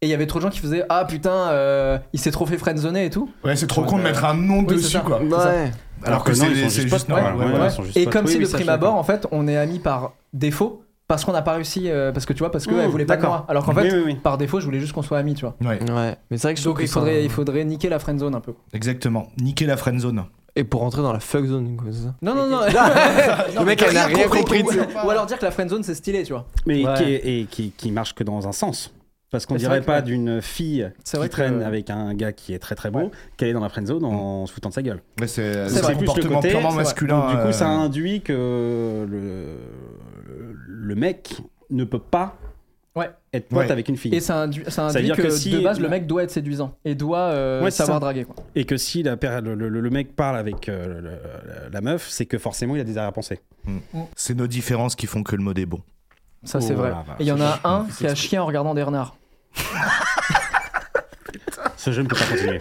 Et il y avait trop de gens qui faisaient ah putain, euh, il s'est trop fait friendzoner et tout.
Ouais, c'est trop con de mettre un nom
Oui, c'est
dessus,
ça.
quoi.
C'est ça.
Ouais.
Alors que
non,
c'est
ils sont
c'est
juste
juste
potes,
normal.
ouais,
ouais,
ouais,
voilà.
ils sont juste
Et
potes.
comme
Oui,
si
oui,
de
ça, je
prime
suis
abord
d'accord.
en fait on est amis par défaut parce qu'on n'a pas réussi, euh, parce que tu vois, parce qu'elle
Mmh,
voulait pas de
d'accord.
moi. Alors qu'en fait,
Oui, oui, oui.
par défaut je voulais juste qu'on soit amis, tu vois.
Ouais,
Ouais. Mais c'est vrai que je
Donc
trouve
il
que ça-
faudrait, il faudrait niquer la friendzone un peu.
exactement. Niquer la friendzone.
Et pour rentrer dans la fuck zone, du coup, c'est ça.
Non, non, non.
Le mec, elle n'a rien compris.
ou, ou alors dire que la friendzone c'est stylé, tu vois.
Mais
Ouais.
qui, est- et qui, qui marche que dans un sens. Parce qu'on
Mais c'est
dirait
vrai que-
pas d'une fille
C'est
qui
vrai que-
traîne avec un gars qui est très très beau qu'elle est dans la friendzone en se foutant de sa gueule.
Ouais, C'est
C'est
c'est
vrai.
un
plus le
comportement
côté-
purement
c'est vrai.
masculin.
Donc, du coup,
euh,
ça induit que le, le mec ne peut pas
Ouais.
être pote
Ouais.
avec une fille.
Et ça induit, ça
veut
induit
dire
que,
que si-
de base, le mec doit être séduisant et doit euh,
Ouais, c'est
savoir
ça.
draguer. Quoi.
Et que si la, per- le, le- le mec parle avec euh, le- le- la meuf, c'est que forcément il a des arrière-pensées.
C'est nos différences qui font que le mode est bon.
Ça,
Oh,
c'est vrai.
voilà, voilà.
et il y en a
Je-
un
je-
qui a chien en regardant des renards.
Ce jeu ne peut pas continuer.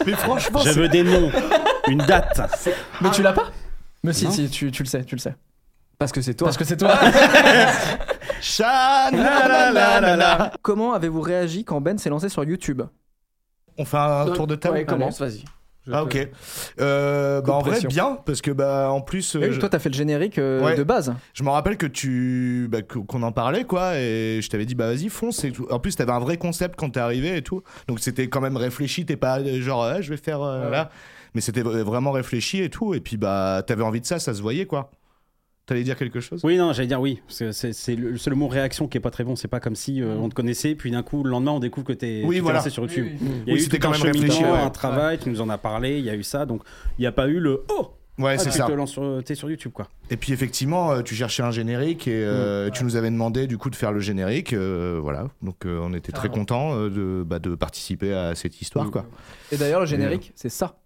Mais franchement,
Je veux des noms, une date.
Mais tu l'as pas Mais si,
Non.
si, tu, tu le sais, tu le sais.
Parce que c'est toi.
Ah. Parce que c'est toi.
Chan la, la, la, la.
Comment avez-vous réagi quand Ben s'est lancé sur YouTube
On fait
Euh,
un tour Ah, de table
Ouais, commence, vas-y. Je
Ah
te-
ok. Euh, bah, en vrai
pression.
bien parce que bah en plus euh,
Eh oui,
je,
Toi, t'as fait le générique euh,
Ouais.
de base.
je me rappelle que tu bah, que- qu'on en parlait quoi et je t'avais dit bah vas-y fonce et tout. En plus t'avais un vrai concept quand t'es arrivé et tout donc c'était quand même réfléchi t'es pas euh, genre Ah, je vais faire euh,
Ouais.
là mais c'était v- vraiment réfléchi et tout et puis bah t'avais envie de ça ça se voyait quoi. T'allais dire quelque chose
Oui, non, j'allais dire oui. parce que C'est c'est le, c'est le mot réaction qui est pas très bon. C'est pas comme si euh, on te connaissait, puis d'un coup, le lendemain, on découvre que t'es
Mm. Oui,
tu t'es
voilà.
lancé sur YouTube. Il y a
Oui,
eu
c'était quand
tout un
même
cheminement,
réfléchi, ouais.
un travail, tu nous en as parlé, il y a eu ça. Donc, il n'y a pas eu le oh,
Ouais
ah,
c'est
tu
ça.
te lances sur, t'es sur YouTube, quoi.
Et puis effectivement euh, tu cherchais un générique et euh, tu nous avais demandé du coup de faire le générique euh, voilà donc euh, on était très
Carrément.
contents euh, de bah, de participer à cette histoire quoi.
Et d'ailleurs, le générique, c'est ça.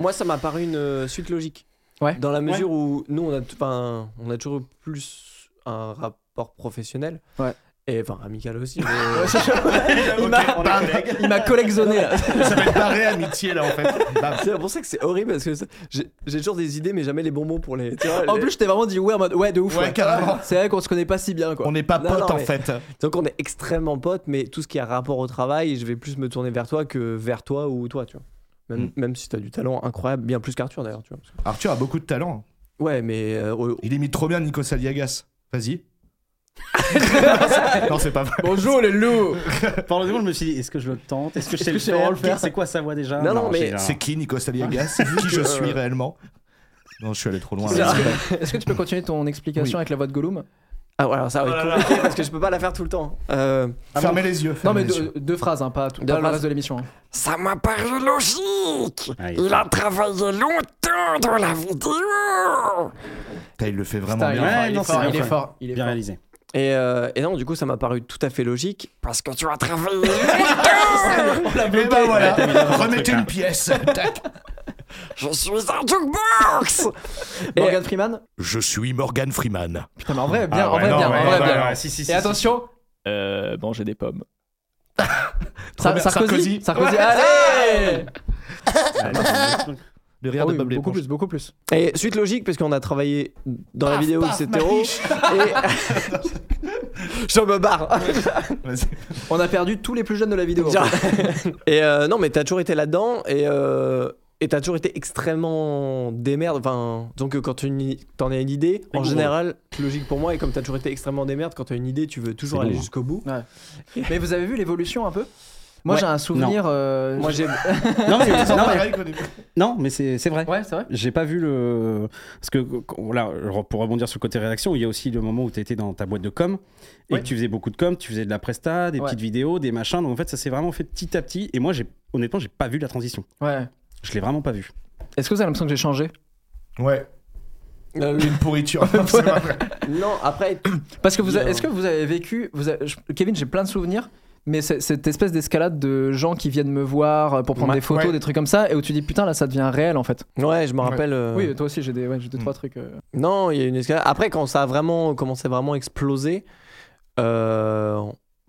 Moi, ça m'a paru une euh, suite logique.
Ouais.
Dans la mesure où nous, on a, t- 'fin, on a toujours eu plus un rapport professionnel.
Ouais.
Et enfin, amical aussi. mais-
Il m'a- il m'a collectionné là.
ça va être barré amitié là en fait. Bah,
c'est pour ça que c'est horrible parce que ça- j'ai j'ai toujours des idées, mais jamais les bons mots pour les. tu vois,
En
les-
plus, je t'ai vraiment dit ouais en mode ouais de ouf.
Ouais, carrément.
C'est vrai qu'on se connaît pas si bien quoi.
on n'est pas
Non,
potes
non,
en
mais-
fait.
Donc, on est extrêmement potes, mais tout ce qui a rapport au travail, je vais plus me tourner vers toi que vers toi ou toi, tu vois. Même,
Mm.
même si t'as du talent incroyable, bien plus qu'Arthur d'ailleurs, tu vois. parce que-
Arthur a beaucoup de talent.
Ouais, mais euh, au-
Il imite trop bien Nico Saliagas. Vas-y. non, c'est pas vrai.
Bonjour les loups.
Par le moment, je me suis dit, est-ce que je le tente Est-ce que je sais
que
le
je sais vraiment
faire,
le faire
C'est quoi sa voix déjà
Non, non, mais
j'ai-
C'est euh, qui Nico Saliagas Qui je suis réellement Non, je suis allé trop loin.
Est-ce
là.
que, est-ce que tu peux continuer ton explication
Oui.
avec la voix de Gollum
Ah ouais, alors ça va être compliqué parce que je peux pas la faire tout le temps. Euh,
Fermez les yeux.
Non
fermez
mais
les yeux.
deux, deux phrases, hein, pas, tout,
Deux
pas le
phrases.
reste de l'émission. hein.
Ça m'a paru logique.
Ah, il-
Il a travaillé longtemps dans la vidéo.
Putain, il le fait vraiment
Putain,
bien.
Ouais,
il est
non,
fort,
c'est
il est
bien
fort, il est
Bien
fort.
réalisé.
et, euh, et non, du coup, ça m'a paru tout à fait logique.
Parce que tu as travaillé longtemps.
Et ben voilà, remettez une pièce. Tac.
Je suis un jukebox.
Morgan Freeman
Je suis Morgan Freeman.
Putain, mais en vrai, bien,
Ah
en
ouais,
vrai,
non,
bien,
ouais,
en vrai,
ouais,
bien.
ouais, si, si, si,
Et
si.
attention
Euh, manger des pommes.
Sa-
bien,
Sarkozy
Sarkozy.
Sarkozy, allez
Ah, non, c'est un truc.
Le rire
Ah
de
oui,
Bob
Beaucoup
l'éponge.
plus, beaucoup plus.
Et suite logique, parce qu'on a travaillé dans la vidéo,
paf,
etc.
ma biche.
Et... Je me barre.
Vas-y.
On a perdu tous les plus jeunes de la vidéo.
Genre- et euh, non, mais t'as toujours été là-dedans et euh, et t'as toujours été extrêmement démerde. Enfin, donc quand tu ni- t'en as une idée, en
Rigoureux.
général, logique pour moi, et comme t'as toujours été extrêmement démerde, quand t'as une idée, tu veux toujours
C'est
aller
bon, hein.
jusqu'au bout.
Mais vous avez vu l'évolution un peu Moi,
Ouais.
j'ai un souvenir. euh,
Moi j'ai.
Non, mais, non, mais-
Pareil qu'au début.
non, mais c'est c'est vrai.
Ouais, c'est vrai.
J'ai pas vu le. Parce que, là, pour rebondir sur le côté rédaction, il y a aussi le moment où tu étais dans ta boîte de com et
Ouais.
que tu faisais beaucoup de com, tu faisais de la presta, des
Ouais.
petites vidéos, des machins. Donc en fait, ça s'est vraiment fait petit à petit. Et moi, j'ai honnêtement, j'ai pas vu la transition.
Ouais.
Je l'ai vraiment pas vu.
Est-ce que vous avez l'impression que j'ai changé
Ouais,
Euh,
une pourriture. C'est pas vrai.
non, après,
Parce que vous,
Il y a-
avez- est-ce que vous avez vécu, vous avez- je- Kevin, j'ai plein de souvenirs, mais c'est- cette espèce d'escalade de gens qui viennent me voir euh, pour prendre
Ouais.
des photos,
Ouais.
des trucs comme ça, et où tu dis putain là ça devient réel en fait.
ouais, je me
Ouais.
rappelle. euh,
Oui, toi aussi j'ai des, ouais,
Mm.
j'ai deux trois trucs. euh.
Non, il y a une escalade. Après, quand ça a vraiment commencé à vraiment exploser, euh,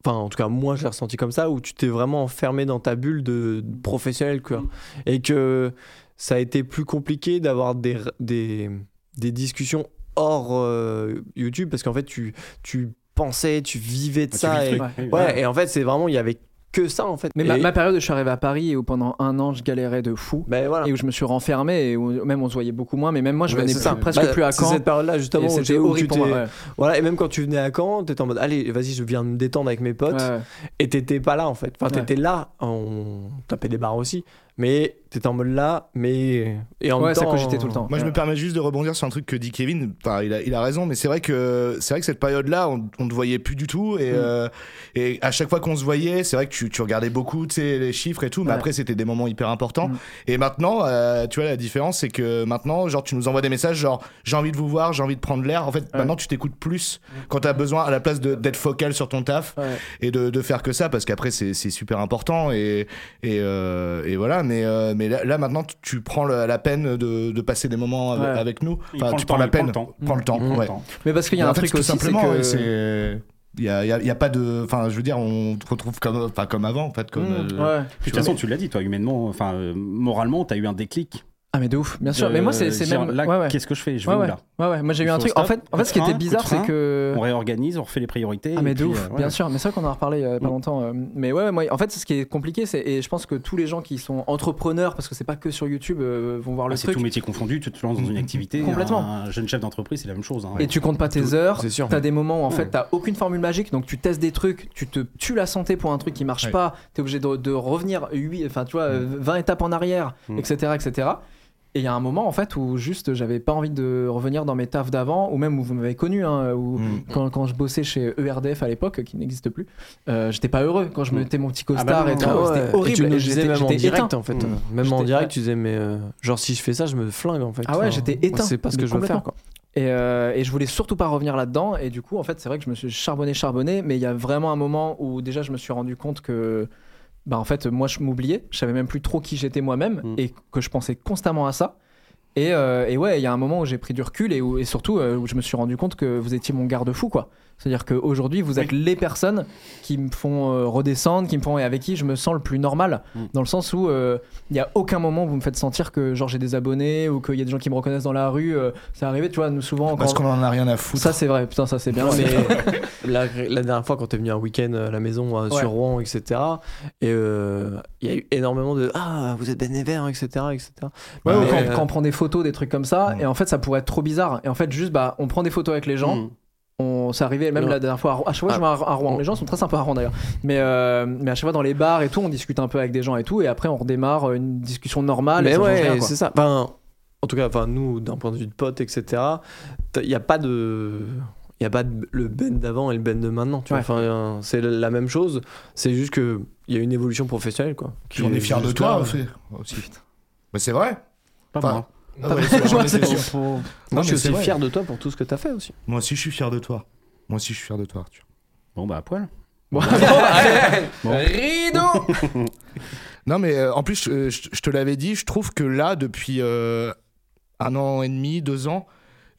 enfin, en tout cas, moi, j'ai ressenti comme ça, où tu t'es vraiment enfermé dans ta bulle de, de professionnel, quoi.
Mm.
Et que ça a été plus compliqué d'avoir des, r- des, des discussions hors euh, YouTube, parce qu'en fait, tu, tu pensais, tu vivais
Ah,
de ça.
Tu
Et,
vis le
ouais,
truc. Oui,
et en fait, c'est vraiment, il y avait que ça, en fait.
Mais ma,
Et-
ma période où je suis arrivé à Paris et où pendant un an je galérais de fou.
ben voilà.
Et où je me suis renfermé et où même on se voyait beaucoup moins, mais même moi je
Ouais,
venais
c'est
plus-
ça.
presque
Bah,
plus à
c'est
Caen.
cette période-là justement
et
où
C'était
t'es- où tu
horrible pour moi.
t'es-
ouais.
voilà et même quand tu venais à Caen t'étais en mode allez vas-y je viens me détendre avec mes potes
Ouais, ouais.
Et t'étais pas là en fait. Enfin,
Ouais.
t'étais là, on tapait des barres aussi, mais t'étais en mode là, mais. Et en
Ouais,
même
ça
temps.
cogitait tout le temps.
Moi, je me permets juste de rebondir sur un truc que dit Kevin. Enfin, il, a, il a raison, mais c'est vrai que c'est vrai que cette période-là, on on ne voyait plus du tout. Et, euh, et à chaque fois qu'on se voyait, c'est vrai que tu, tu regardais beaucoup tu sais, les chiffres et tout. Mais
Ouais.
après, c'était des moments hyper importants.
Mm.
Et maintenant, euh, tu vois, la différence, c'est que maintenant, genre, tu nous envoies des messages genre j'ai envie de vous voir, j'ai envie de prendre l'air. En fait, maintenant, tu t'écoutes plus quand tu as besoin, à la place de- d'être focal sur ton taf
Ouais.
et de, de faire que ça parce qu'après c'est c'est super important et et, euh, et voilà mais euh, mais là, là, maintenant tu- tu prends le- la peine de, de passer des moments avec,
Ouais.
avec nous
Il prend
tu
le
prends
temps,
la
il prend
peine
le temps.
prends le temps,
Mmh.
ouais.
Mais parce qu'il y a
Mais
un
en fait,
truc
tout
aussi, c'est
simplement ouais,
que.
c'est il y a, il y a- il y a pas de enfin je veux dire on te retrouve comme enfin comme avant en fait comme
Mmh,
euh,
ouais.
Puis, de toute façon, tu l'as dit, toi, humainement, enfin, euh, moralement, t'as eu un déclic.
Ah mais de ouf, bien sûr. mais
De
moi c'est c'est
dire,
même.
Là,
ouais, ouais.
qu'est-ce que je fais Je vais
Ouais,
où,
ouais.
là
Ouais, ouais, moi j'ai eu
Il
un
faut
truc.
stop,
en fait, en
coup
fait,
de
ce qui était
frein,
bizarre,
coup de
c'est que.
On réorganise, on refait les priorités.
Ah
et
mais de
puis,
ouf,
euh, ouais.
bien sûr, mais c'est vrai qu'on en a reparlé euh, pas
Mm.
longtemps. euh, mais ouais, ouais, moi, en fait, ce qui est compliqué, c'est et je pense que tous les gens qui sont entrepreneurs, parce que c'est pas que sur YouTube, euh, vont voir
Ah,
le
c'est
truc.
tout métier confondu, tu te lances dans une activité.
Complètement.
Un jeune chef d'entreprise, c'est la même chose. hein.
Et tu comptes pas tes heures.
C'est sûr.
T'as des moments où en fait
Ouais.
t'as aucune formule magique, donc tu testes des trucs, tu te tues la santé pour un truc qui marche
Ouais.
pas, t'es obligé de, de revenir 8, enfin tu vois, euh, 20 étapes en arrière,
Mm.
etc., etc. Et il y a un moment en fait où juste j'avais pas envie de revenir dans mes tafs d'avant, ou même où vous m'avez connu, hein, où
Mm.
quand, quand je bossais chez E ERDF à l'époque, qui n'existe plus, euh, j'étais pas heureux quand je
Mm.
mettais mon petit
bah
costard
non,
et tout,
Ah ouais.
c'était horrible.
Et tu nous
Et
disais
j'étais
même en
j'étais
direct
éteint. Mmh.
en fait. Même en
J'étais-
direct,
ouais.
tu disais, mais euh, genre si je fais ça, je me flingue en fait.
Ah ouais,
Enfin,
j'étais éteint.
C'est pas ce
Mais
que je veux faire quoi.
Et, euh, et je voulais surtout pas revenir là-dedans. Et du coup, en fait, c'est vrai que je me suis charbonné, charbonné. Mais il y a vraiment un moment où déjà je me suis rendu compte que, bah, en fait, moi, je m'oubliais. Je savais même plus trop qui j'étais moi-même
Mm.
et que je pensais constamment à ça. Et, euh, et ouais, il y a un moment où j'ai pris du recul et, où, et surtout euh, où je me suis rendu compte que vous étiez mon garde-fou, quoi. C'est-à-dire qu'aujourd'hui, vous êtes les personnes qui me font euh, redescendre, qui me font et avec qui je me sens le plus normal,
Mm.
dans le sens où euh, il n'y a aucun moment où vous me faites sentir que genre j'ai des abonnés ou qu'il y a des gens qui me reconnaissent dans la rue. euh, c'est arrivé, tu vois, nous souvent.
parce
quand-
qu'on en a rien à foutre
Ça c'est vrai, putain, ça c'est bien.
Non,
mais-
mais la, la dernière fois, quand t'es venu un week-end à la maison euh,
Ouais.
sur Rouen, etc., et euh, il y a eu énormément de Ah, vous êtes Ben vert, etc., etc.
Ouais,
Mais,
ou quand,
euh,
quand on prend des photos, des trucs comme ça,
Mm.
et en fait ça pourrait être trop bizarre. Et en fait, juste bah on prend des photos avec les gens.
Mm.
On s'est arrivé même
Non.
la dernière fois à Rouen. À chaque fois, je
Ah.
vais à à Rouen. Les gens sont très sympas à Rouen d'ailleurs. Mais, euh, mais à chaque fois, dans les bars et tout, on discute un peu avec des gens et tout. Et après, on redémarre une discussion normale. et
mais
ça change rien,
ouais,
quoi.
c'est ça. Enfin, en tout cas, enfin, nous, d'un point de vue de pote, etc., il n'y a pas de. Il n'y a pas de- le Ben d'avant et le Ben de maintenant. Tu vois.
Ouais.
Enfin, euh, c'est la- la même chose. C'est juste qu'il y a une évolution professionnelle. Quoi,
Puis on est fier de
juste
toi
là.
aussi, aussi. mais c'est vrai
Pas
Enfin,
moi.
Ah ouais, c'est- j'en étais sûr.
Faut-
Moi,
Non,
je
mais
suis
c'est vrai.
fier de toi pour tout ce que tu as fait aussi.
moi aussi je suis fier de toi moi aussi je suis fier de toi Arthur
Bon, bah, à poil.
Bon,
Bon.
Rideau
Non, mais euh, en plus, euh, je, je te l'avais dit, je trouve que là, depuis euh, un an et demi, deux ans,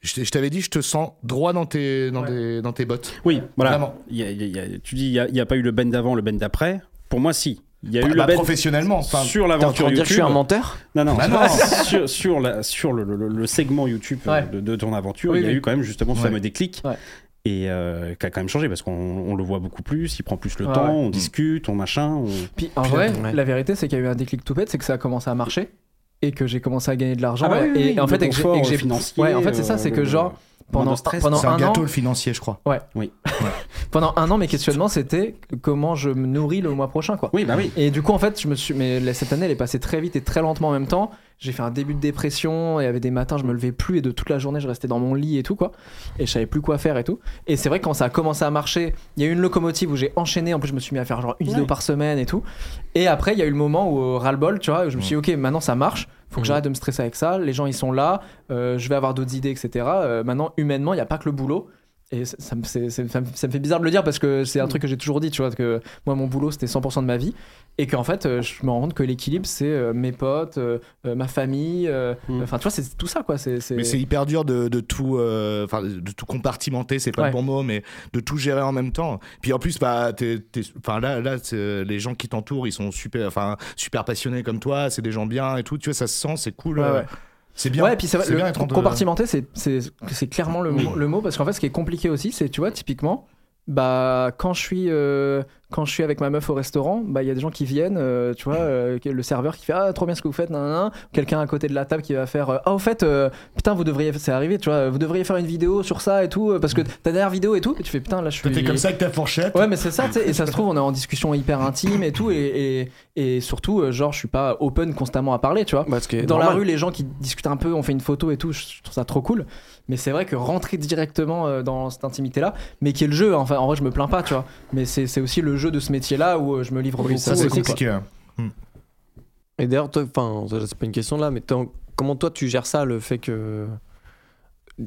je, t'ai- je t'avais dit, je te sens droit dans tes, dans des- dans tes bottes.
Euh,
Oui, voilà.
Vraiment.
Il y a- il y a- tu dis, il n'y a, il y a pas eu le ben d'avant, le ben d'après. Pour moi, si. Il y a eu
Bah,
le ben
professionnellement. enfin,
sur
T'es en train
l'aventure
de
YouTube.
dire que je suis un menteur
Non, non,
Bah non.
sur, sur la- sur le, le- le- le segment YouTube euh,
Ouais.
de, de ton aventure,
Oui,
il y a
oui.
eu quand même justement ce
Ouais.
fameux déclic.
Ouais.
Et euh, qui a quand même changé parce qu'on on le voit beaucoup plus, il prend plus le
Ouais,
temps,
ouais. Mm.
on discute, on machin. on-
Puis en
Putain,
vrai,
ouais.
la vérité, c'est qu'il y a eu un déclic tout bête, c'est que ça a commencé à marcher et que j'ai commencé à gagner de l'argent.
Ah bah oui,
et
oui,
en
le
fait, et que j'ai-
confort
et que j'ai
financier,
Ouais, en fait, c'est ça,
euh,
c'est que
le-
genre, pendant,
de stress.
pendant
C'est un
un an,
gâteau le financier, je crois.
pendant un an, mes questionnements c'était comment je me nourris le mois prochain, quoi.
Oui, bah oui.
Et du coup, en fait, je me suis. Mais la- cette année, elle est passée très vite et très lentement en même temps. J'ai fait un début de dépression. Il y avait des matins, je me levais plus et de toute la journée, je restais dans mon lit et tout, quoi. Et je savais plus quoi faire et tout. Et c'est vrai que quand ça a commencé à marcher, il y a eu une locomotive où j'ai enchaîné. En plus, je me suis mis à faire genre une vidéo par semaine et tout. Et après, il y a eu le moment où, euh, ras-le-bol, tu vois, où je me suis dit, ok, maintenant ça marche. Faut que j'arrête de me stresser avec ça. Les gens, ils sont là. euh, je vais avoir d'autres idées, etc. Euh, maintenant, humainement, il n'y a pas que le boulot. Et ça, ça me, c'est- c'est- ça me- ça me fait bizarre de le dire parce que c'est un truc que j'ai toujours dit, tu vois, que moi, mon boulot, c'était 100% de ma vie. Et qu'en fait, euh, je me rends compte que l'équilibre, c'est euh, mes potes, euh, euh, ma famille. euh,
Mm.
Enfin, tu vois, c'est tout ça, quoi. C'est, c'est-
Mais c'est hyper dur de, de tout, euh, enfin, de tout compartimenter, c'est pas
Ouais.
le bon mot, mais de tout gérer en même temps. Puis en plus, bah, t'es- t'es- enfin, là, là, c'est- les gens qui t'entourent, ils sont super, enfin, super passionnés comme toi, c'est des gens bien et tout. Tu vois, ça se sent, c'est cool.
Ouais,
euh,
ouais.
C'est bien.
Ouais, et puis ça va,
C'est
le
bien d'être entre-
compartimenter, c'est, c'est, c'est clairement le, mot- le mot parce qu'en fait, ce qui est compliqué aussi, c'est, tu vois, typiquement, bah, quand je suis, euh, quand je suis avec ma meuf au restaurant, bah, il y a des gens qui viennent, euh, tu vois, euh, le serveur qui fait Ah, trop bien ce que vous faites, nan, nan, nan. quelqu'un à côté de la table qui va faire euh, Ah, au fait, euh, putain, vous devriez, c'est arrivé, tu vois, vous devriez faire une vidéo sur ça et tout, euh, parce que ta dernière vidéo et tout, et tu fais Putain, là, je suis.
T'as fait comme ça avec ta fourchette
Ouais, mais c'est ça, tu sais. Et ça se trouve, on est en discussion hyper intime et tout. Et, et, et surtout, euh, genre, je suis pas open constamment à parler, tu vois.
Parce que
Dans la rue, les gens qui discutent un peu, on fait une photo et tout, je je trouve ça trop cool. Mais c'est vrai que rentrer directement euh, dans cette intimité-là, mais qui est le jeu, hein. enfin, en vrai, je me plains pas, tu vois. Mais c'est c'est aussi le jeu de ce métier-là où euh, je me livre beaucoup.
Ça, c'est
aussi, quoi.
compliqué. hein.
Et d'ailleurs, toi, enfin, ça, c'est pas une question là, mais t'en- comment toi tu gères ça, le fait que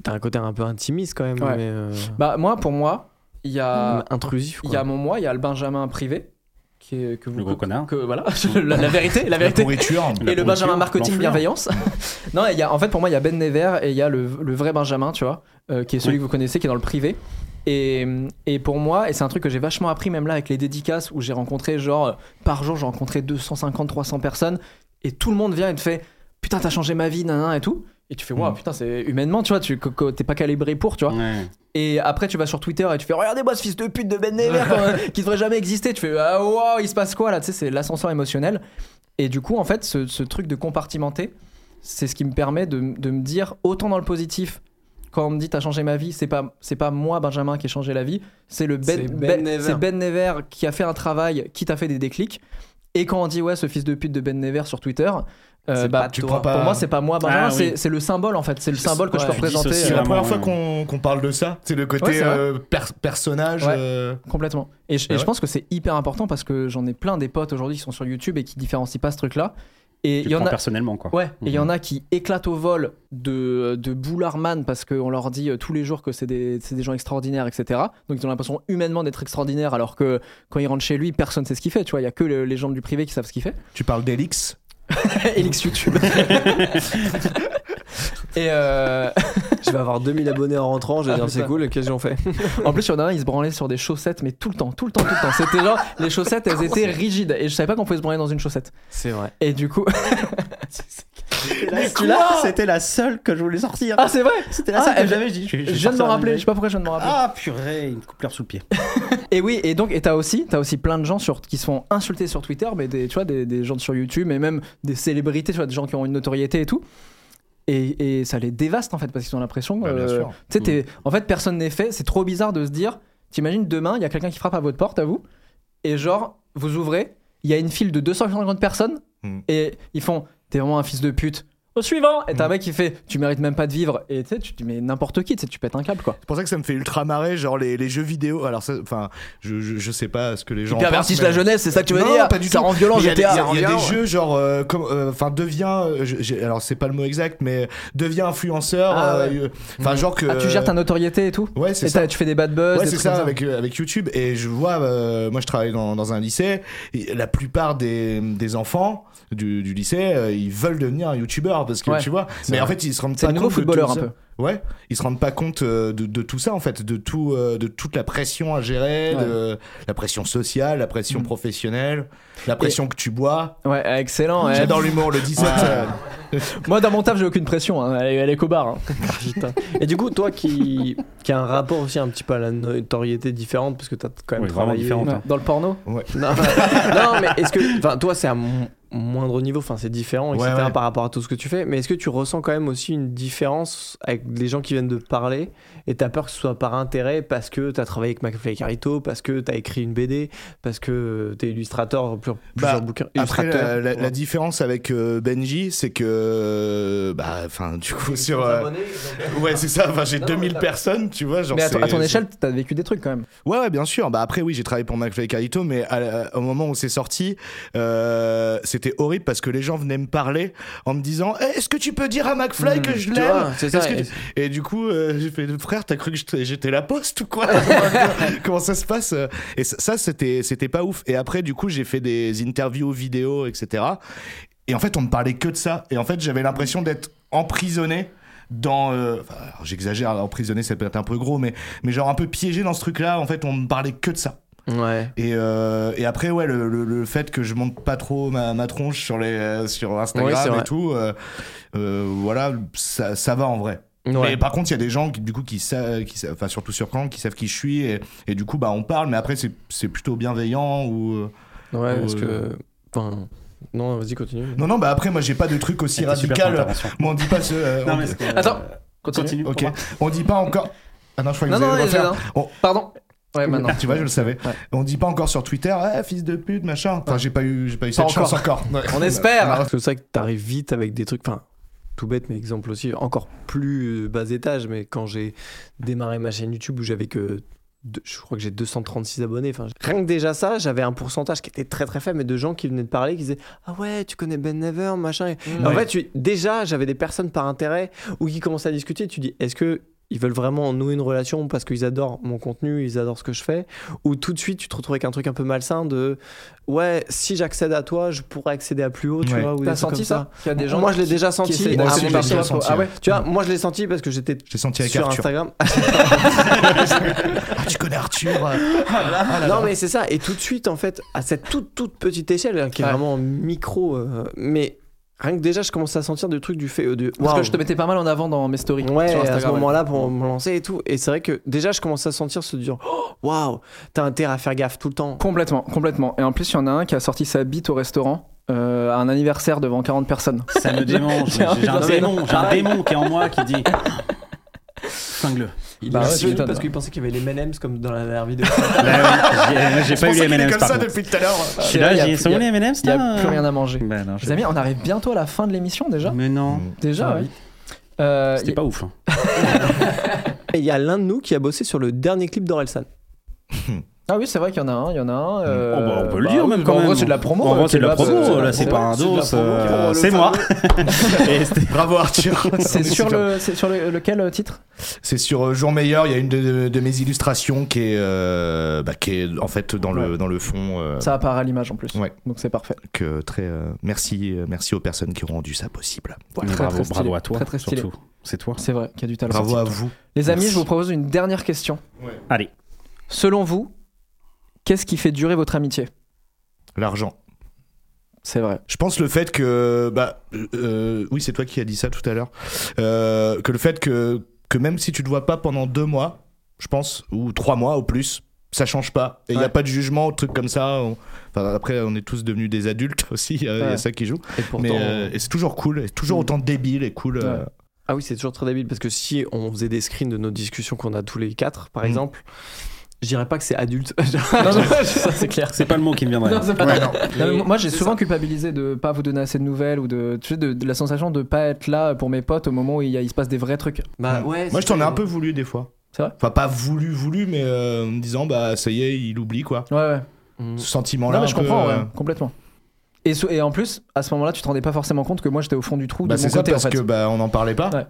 t'as un côté un peu intimiste quand même,
Ouais.
mais euh,
Bah, moi, pour moi, il y
Mmh,
a.
intrusif. Quoi.
Il y a mon moi, il y a le Benjamin privé, qui est, que vous.
Le gros
que-
connard.
que- voilà, la, la vérité, la
La
vérité.
pourriture.
et le
pourriture,
Benjamin marketing
l'enflure.
bienveillance. non, et il y a, en fait, pour moi, il y a Ben Never et il y a le, le vrai Benjamin, tu vois, euh, qui est celui
Oui.
que vous connaissez, qui est dans le privé. Et, euh, et pour moi, et c'est un truc que j'ai vachement appris, même là, avec les dédicaces, où j'ai rencontré, genre, euh, par jour, j'ai rencontré 250, 300 personnes, et tout le monde vient et te fait Putain, t'as changé ma vie, nanan, et tout. Et tu fais, waouh, putain, c'est humainement, tu vois, tu que- que- t'es pas calibré pour, tu vois.
Ouais.
Et après, tu vas sur Twitter et tu fais Regardez-moi ce fils de pute de Ben Never quoi, qui devrait jamais exister. Tu fais Ah, wow, il se passe quoi là Tu sais, c'est l'ascenseur émotionnel. Et du coup, en fait, ce, ce truc de compartimenter, c'est ce qui me permet de, de me dire autant dans le positif. Quand on me dit t'as changé ma vie, c'est pas c'est pas moi Benjamin qui ai changé la vie, c'est le Ben
C'est Ben
Ben-
Never.
c'est Ben Never qui a fait un travail, qui t'a fait des déclics. Et quand on dit ouais ce fils de pute de Ben Never sur Twitter, euh,
C'est
bah,
pas
tu
toi.
crois pas-
pour moi c'est pas moi Benjamin,
Ah, oui.
c'est- c'est le symbole en fait, c'est le symbole que je peux
ouais, tu dis
représenter.
ceci,
euh,
C'est la
Vraiment,
première fois
ouais.
qu'on qu'on parle de ça. C'est le
Ouais,
côté
c'est vrai.
euh, per- personnage.
Ouais.
euh,
Complètement. Et, je, et
Ah
je
ouais
pense que c'est hyper important parce que j'en ai plein des potes aujourd'hui qui sont sur YouTube et qui différencient pas ce truc-là. Et il
Tu le
y en
prends Mhm.
a.
personnellement, quoi.
Ouais, et il y en a qui éclatent au vol de, de Boularman parce qu'on leur dit euh, tous les jours que c'est des, c'est des gens extraordinaires, etc. Donc ils ont l'impression humainement d'être extraordinaires alors que quand ils rentrent chez lui, personne sait ce qu'il fait. Tu vois, il y a que le- les gens du privé qui savent ce qu'il fait.
Tu parles d'Elix.
Elix YouTube. et euh,
Je vais avoir 2000 abonnés en rentrant, je vais
Ah,
dire c'est
putain.
cool, qu'est-ce que j'en fais
En plus, il y en a un, il se branlait sur des chaussettes, mais tout le temps, tout le temps, tout le temps. C'était genre, les chaussettes, elles étaient rigides. Et je savais pas qu'on pouvait se branler dans une chaussette.
C'est vrai.
Et du coup.
Celui-là, c'était la seule que je voulais sortir.
Ah, c'est vrai
C'était
la seule que j'avais,
dit.
Je viens de me rappeler, je sais pas pourquoi je viens de me rappeler.
Ah purée, une coupleur sous le pied.
Et oui, et donc, et t'as aussi, t'as aussi plein de gens sur, qui se font insulter sur Twitter, mais des, tu vois, des, des gens sur YouTube, et même des célébrités, tu vois, des gens qui ont une notoriété et tout. Et, et ça les dévaste en fait, parce qu'ils ont l'impression.
Bah, bien
euh,
sûr.
tu sais, t'es- en fait, personne n'est fait. C'est trop bizarre de se dire, t'imagines demain, il y a quelqu'un qui frappe à votre porte, à vous, et genre, vous ouvrez, il y a une file de 250 personnes,
Mm.
et ils font, t'es vraiment un fils de pute. Au suivant
Mm.
Et t'as un mec qui fait, tu mérites même pas de vivre, et tu sais, tu te dis, mais n'importe qui, tu sais, tu pètes un câble quoi.
C'est pour ça que ça me fait ultra marrer, genre les, les jeux vidéo. Alors, ça, enfin, je, je, je sais pas ce que les gens. en pensent,
Pervertissent
mais-
la jeunesse, c'est ça que tu veux
Non,
dire
pas du
Ça
tout.
rend violent
Mais Il y a, des-
GTA.
il y a- il y a
rend violent.
des jeux genre, euh, comme, euh, enfin, devient, euh, je- j'ai- alors c'est pas le mot exact, mais devient influenceur.
Ah,
euh, euh, Enfin, genre que.
Ah, tu gères ta notoriété et tout
Ouais, c'est
Et
ça.
t'as- tu fais des bad buzz,
Ouais,
des
c'est
trucs
ça,
comme
avec, euh, avec YouTube. Et je vois, euh, moi je travaille dans, dans un lycée, et la plupart des, des enfants du, du lycée, euh, ils veulent devenir youtubeurs parce que
Ouais.
tu vois. Mais en fait, ils se rendent
C'est
pas
le nouveau
compte de
footballeur
tout
un
ça.
peu.
Ouais, ils se rendent pas compte euh, de, de tout ça en fait, de, tout, euh, de toute la pression à gérer, de la pression sociale, la pression
Mm.
professionnelle, la pression que tu bois.
Ouais, excellent. ouais.
J'adore l'humour, le 17. euh,
Moi, dans mon taf, j'ai aucune pression. hein. Elle, est- elle est cobard.
Putain. Et du coup, toi qui, qui a un rapport aussi un petit peu à la notoriété différente, parce que t'as quand même
Oui, vraiment
travaillé.
différente.
Dans le porno.
Non, non, mais est-ce que. Enfin, toi, c'est un. moindre niveau, enfin c'est
Ouais,
différent, etc.
ouais.
par rapport à tout ce que tu fais. Mais est-ce que tu ressens quand même aussi une différence avec les gens qui viennent de parler et t'as peur que ce soit par intérêt parce que t'as travaillé avec McFly et Carito, parce que t'as écrit une BD, parce que t'es illustrateur, plus- plusieurs bouquins.
Bah, Après, la,
illustrateur.
la- la différence avec euh, Benji, c'est que. euh, Bah, enfin, du coup, sur. euh, Ouais, c'est ça. Enfin, j'ai
Non,
2000
mais t'as-
personnes, tu vois. Genre,
Mais à, ton- à
c'est-
ton
c'est-
échelle, t'as vécu des trucs quand même.
Ouais, ouais, bien sûr. Bah après, oui, j'ai travaillé pour McFly et Carlito, mais à la- au moment où c'est sorti, euh, c'était horrible parce que les gens venaient me parler en me disant Eh, Est-ce que tu peux dire à McFly que je
Hmm, Tu vois,
l'aime
c'est ça.
Est-ce que
et-
tu- Et du coup, euh, j'ai fait Frère, t'as cru que j'étais- j'étais la poste ou quoi Comment ça se passe euh Et ça, ça, c'était c'était pas ouf. Et après, du coup, j'ai fait des interviews vidéo, etc. Et en fait, on me parlait que de ça. Et en fait, j'avais l'impression d'être emprisonné dans. euh, enfin, alors, J'exagère, emprisonné, c'est peut-être un peu gros, mais, mais genre un peu piégé dans ce truc-là. En fait, on me parlait que de ça.
Ouais.
Et, euh, et après, ouais, le, le- le fait que je monte pas trop ma, ma tronche sur, les, euh, sur
Ouais, c'est
Instagram
vrai.
et tout, euh, euh, voilà, ça, ça va en vrai. Mais
Ouais.
par contre, il y a des gens qui, du coup, qui savent, qui savent- enfin, surtout sur Caen, qui savent qui je suis, et, et du coup, bah, on parle, mais après, c'est c'est plutôt bienveillant ou. euh,
Ouais,
Ou,
parce
euh,
que. Enfin. Non, vas-y, continue.
Non, non, bah, après, moi, j'ai pas de truc aussi
C'était super ton
radical.
intervention.
Moi, on dit pas ce. euh,
Non,
on-
mais c'était, euh,
Attends,
continue. pour
ok,
moi.
on dit pas encore. Ah non, je crois que
Non,
vous
non,
allez
non,
le refaire.
non.
On-
Pardon. Ouais, maintenant.
tu vois, je le savais.
Ouais.
On dit pas encore sur Twitter, eh, fils de pute, machin. Enfin, j'ai pas eu, j'ai pas eu
Pas
cette chance encore. Ouais.
On espère.
Parce que c'est vrai que t'arrives vite avec des trucs. Enfin, tout bête, mais exemple aussi, encore plus euh, bas étage. Mais quand j'ai démarré ma chaîne YouTube où j'avais que. deux- je crois que j'ai 236 abonnés. Enfin, rien que déjà ça, j'avais un pourcentage qui était très très faible, mais de gens qui venaient de parler, qui disaient Ah ouais, tu connais Ben Never, machin. Et En fait, tu- déjà, j'avais des personnes par intérêt ou qui commençaient à discuter. Tu dis Est-ce que. Ils veulent vraiment nouer une relation parce qu'ils adorent mon contenu, ils adorent ce que je fais. Ou tout de suite, tu te retrouves avec un truc un peu malsain de ouais, si j'accède à toi, je pourrais accéder à plus haut, tu
Ouais.
vois. ou des
T'as
trucs
senti
comme
ça Qu'il y a des gens
moi, je l'ai
qui-
déjà
qui
senti.
essaient
Moi
à
aussi,
mon
je l'ai
parcours.
déjà senti,
Ah ouais.
ouais.
Tu vois, moi, je l'ai senti parce que j'étais
J'ai senti avec
sur
Arthur.
Instagram.
Ah, tu connais Arthur euh.
non, mais c'est ça. Et tout de suite, en fait, à cette toute, toute petite échelle, hein, qui est
Ouais.
vraiment micro, euh, mais rien que déjà, je commençais à sentir des trucs du fait. euh, de,
Parce
waouh.
que je te mettais pas mal en avant dans mes stories.
Ouais,
sur
à ce
Instagram, ouais.
moment-là, pour me lancer et tout. Et c'est vrai que déjà, je commençais à sentir ce dire Oh, Waouh, t'as intérêt à faire gaffe tout le temps.
Complètement, complètement. Et en plus, il y en a un qui a sorti sa bite au restaurant euh, à un anniversaire devant 40 personnes.
Ça me démange. J'ai
J'ai envie
j'ai un
de
démon,
lancer-
j'ai un démon qui est en moi qui dit. Fingle.
Il
Bah
a
ouais,
su
tu m'étonnes,
parce
ouais.
qu'il pensait qu'il y avait les MMs comme dans la dernière vidéo.
J'ai
C'est
pas
pour
eu
ça
les
qu'il est
MMs
comme
par
ça
contre.
depuis tout à l'heure.
Je suis
Et là,
là,
il y a
j'ai
plus-
sont où
il y
les MMs
Il n'y
là
a plus rien à manger.
Bah non, je
Les amis, on arrive bientôt à la fin de l'émission déjà.
Mais non.
Déjà,
Ah,
ouais.
vite.
Euh,
C'était
y-
pas ouf. hein.
Et il y a l'un de nous qui a bossé sur le dernier clip d'Orelsan.
Ah oui, c'est vrai qu'il y en a un. Il y en a un. euh,
Oh, bah, on peut le dire
oui,
même
bah,
quand
en
même.
vrai, c'est de la promo.
En
euh,
vrai, c'est de la
Kebab,
promo.
euh,
Là, c'est
c'est
pas un dos. euh, C'est moi. Et c'était-
Bravo Arthur.
C'est sur,
super.
le, c'est sur le- lequel euh, titre
C'est sur euh, Jour meilleur. Il y a une de, de- de mes illustrations qui est, euh, bah, qui est en fait dans le dans le fond. euh,
Ça apparaît à l'image en plus.
Ouais.
Donc c'est parfait.
que très euh, merci euh, merci aux personnes qui ont rendu ça possible. Voilà.
Très,
Bravo,
très stylé.
bravo à toi.
Très, très stylé.
Surtout. C'est toi.
C'est vrai qu'il y a du talent.
Bravo à vous.
Les amis,
Merci.
je vous propose une dernière question.
Allez.
Selon vous, qu'est-ce qui fait durer votre amitié
L'argent.
C'est vrai.
Je pense le fait que bah euh, oui c'est toi qui as dit ça tout à l'heure Euh, que le fait que que même si tu te vois pas pendant deux mois je pense ou trois mois ou plus ça change pas et il y a
Ouais.
pas de jugement truc comme ça On- enfin, après on est tous devenus des adultes aussi il y a- il y a
Ouais.
ça qui joue
Et pourtant.
mais euh, et c'est toujours cool et toujours
Mm.
autant débile et cool euh,
Ouais.
Ah oui, c'est toujours très débile parce que si on faisait des screens de nos discussions qu'on a tous les quatre, par
Mm.
exemple, je dirais pas que c'est adulte.
Non, non, ça c'est clair.
C'est pas le mot qui me viendrait.
Non, c'est pas- Non, mais
Mais
moi j'ai
c'est
souvent culpabilisé de pas vous donner assez de nouvelles ou de, tu sais, de, de la sensation de pas être là pour mes potes au moment où il, y a- il se passe des vrais trucs.
Bah ouais.
moi je t'en ai
c'est-
un peu voulu des fois
C'est vrai
enfin pas voulu voulu mais euh, en me disant bah ça y est il oublie quoi
Ouais, ouais.
Mm.
ce sentiment
Non,
là
mais je comprends,
euh,
ouais, complètement. Et, sou- et en plus, à ce moment-là, tu te rendais pas forcément compte que moi j'étais au fond du trou
Bah,
de mon
c'est ça
côté
parce
en fait.
que bah, on n'en parlait pas.
Ouais.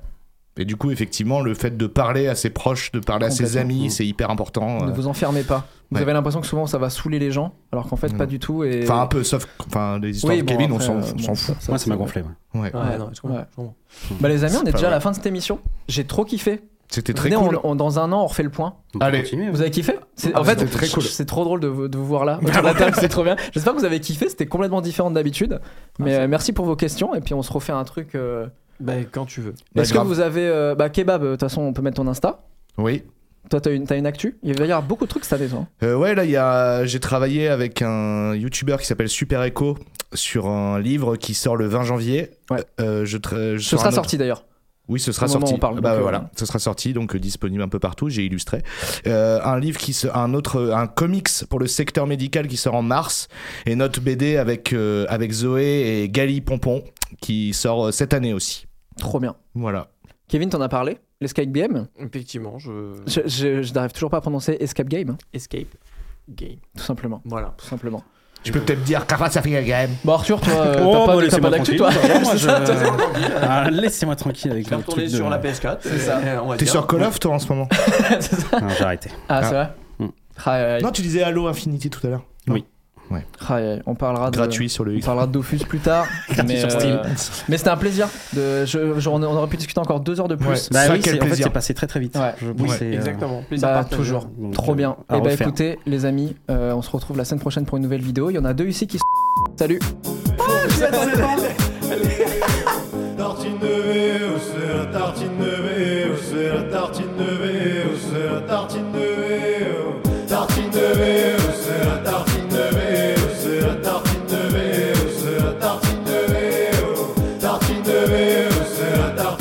Et du coup, effectivement, le fait de parler à ses proches, de parler à ses
Complètement. Mm.
amis,
Mmh.
c'est hyper important.
Ne
euh.
vous enfermez pas. Vous
Ouais.
avez l'impression que souvent ça va saouler les gens, alors qu'en fait
Non.
pas du tout. Et...
Enfin, un peu, sauf enfin, les histoires
Oui,
de
bon,
Kevin,
après,
on s'en-
euh,
on s'en
bon,
fout.
ça,
Moi, ça m'a gonflé.
Ouais.
ouais.
Ouais, non, je comprends,
Ouais.
je comprends.
Bah les amis, on
C'est
est déjà
pas
à
vrai.
la fin de cette émission. J'ai trop kiffé.
C'était très
Venez, on-
cool.
on, dans un an, on refait le point.
On peut
Allez.
continuer,
Vous
ouais.
avez kiffé C'est-
Ah,
En fait,
c'était très cool.
c'est trop drôle de, vous- de vous voir là. autour de la table, c'est trop bien. J'espère que vous avez kiffé. C'était complètement différent de d'habitude.
Ah,
Mais euh, merci pour vos questions. Et puis on se refait un truc. euh,
Bah quand tu veux.
Bah,
Est-ce que
grave.
vous avez euh, bah, kebab euh, De toute façon, on peut mettre ton Insta.
Oui.
Toi, t'as une, t'as une actu Il va y avoir beaucoup de trucs cette année, toi.
Euh, ouais, là, il y a... j'ai travaillé avec un youtubeur qui s'appelle Super Echo sur un livre qui sort le 20 janvier.
Ouais.
Euh, je tra- je
Ce
sors
sera
un autre-
sorti d'ailleurs.
Oui, ce sera
Au moment
sorti.
où on parle,
Bah,
donc, euh,
voilà, ce sera sorti, donc euh, disponible un peu partout. J'ai illustré Euh, un livre qui, se- un autre, euh, un comics pour le secteur médical qui sort en mars et notre BD avec euh, avec Zoé et Gali Pompon qui sort euh, cette année aussi.
Trop bien.
Voilà.
Kevin, t'en as parlé Les Skype Game
Effectivement, je.
Je, je- je n'arrive toujours pas à prononcer Escape Game, hein,
Escape game.
tout simplement.
Voilà.
Tout simplement.
Tu peux peut-être dire Cara ça fait game.
Bon, Arthur, toi, euh, t'as pas, t'as
Oh, bah,
pas
laissez-moi
d'actu,
tranquille.
toi
Moi, je- Ah, Laissez-moi tranquille avec
Je vais
le truc
retourner
de...
sur la PS4. C'est ça. euh, On va
T'es
dire.
sur Call of toi en ce moment
Ah, J'ai arrêté.
Ah, c'est vrai
Hmm.
Ah, ouais, ouais.
Non, tu disais Halo Infinity tout à l'heure.
Ah, ouais, ouais. On parlera de...
Gratuit sur le
On parlera de Dofus plus tard. mais, euh,
sur Steam.
mais c'était un plaisir. De, je- je- on aurait pu discuter encore deux heures de plus.
Ouais.
Bah
Ça,
oui,
quel
c'est- en fait,
plaisir.
c'est passé très très vite.
Ouais.
Je
Oui,
c'est, euh,
Exactement. Plaisir
Bah,
partagé.
toujours.
donc,
Trop
euh,
bien.
à
Et bah
refaire.
écoutez, les amis, euh, on se retrouve la semaine prochaine pour une nouvelle vidéo. Il y en a deux ici qui se. Salut
Tartine de V, oh, c'est la tartine de V, oh, c'est la tartine de V, oh, c'est la tartine de V, oh. Tartine de V, oh, c'est la tartine de V, oh, c'est la tartine de V, oh, c'est la tartine de V, oh. Tartine de V, oh, c'est la tartine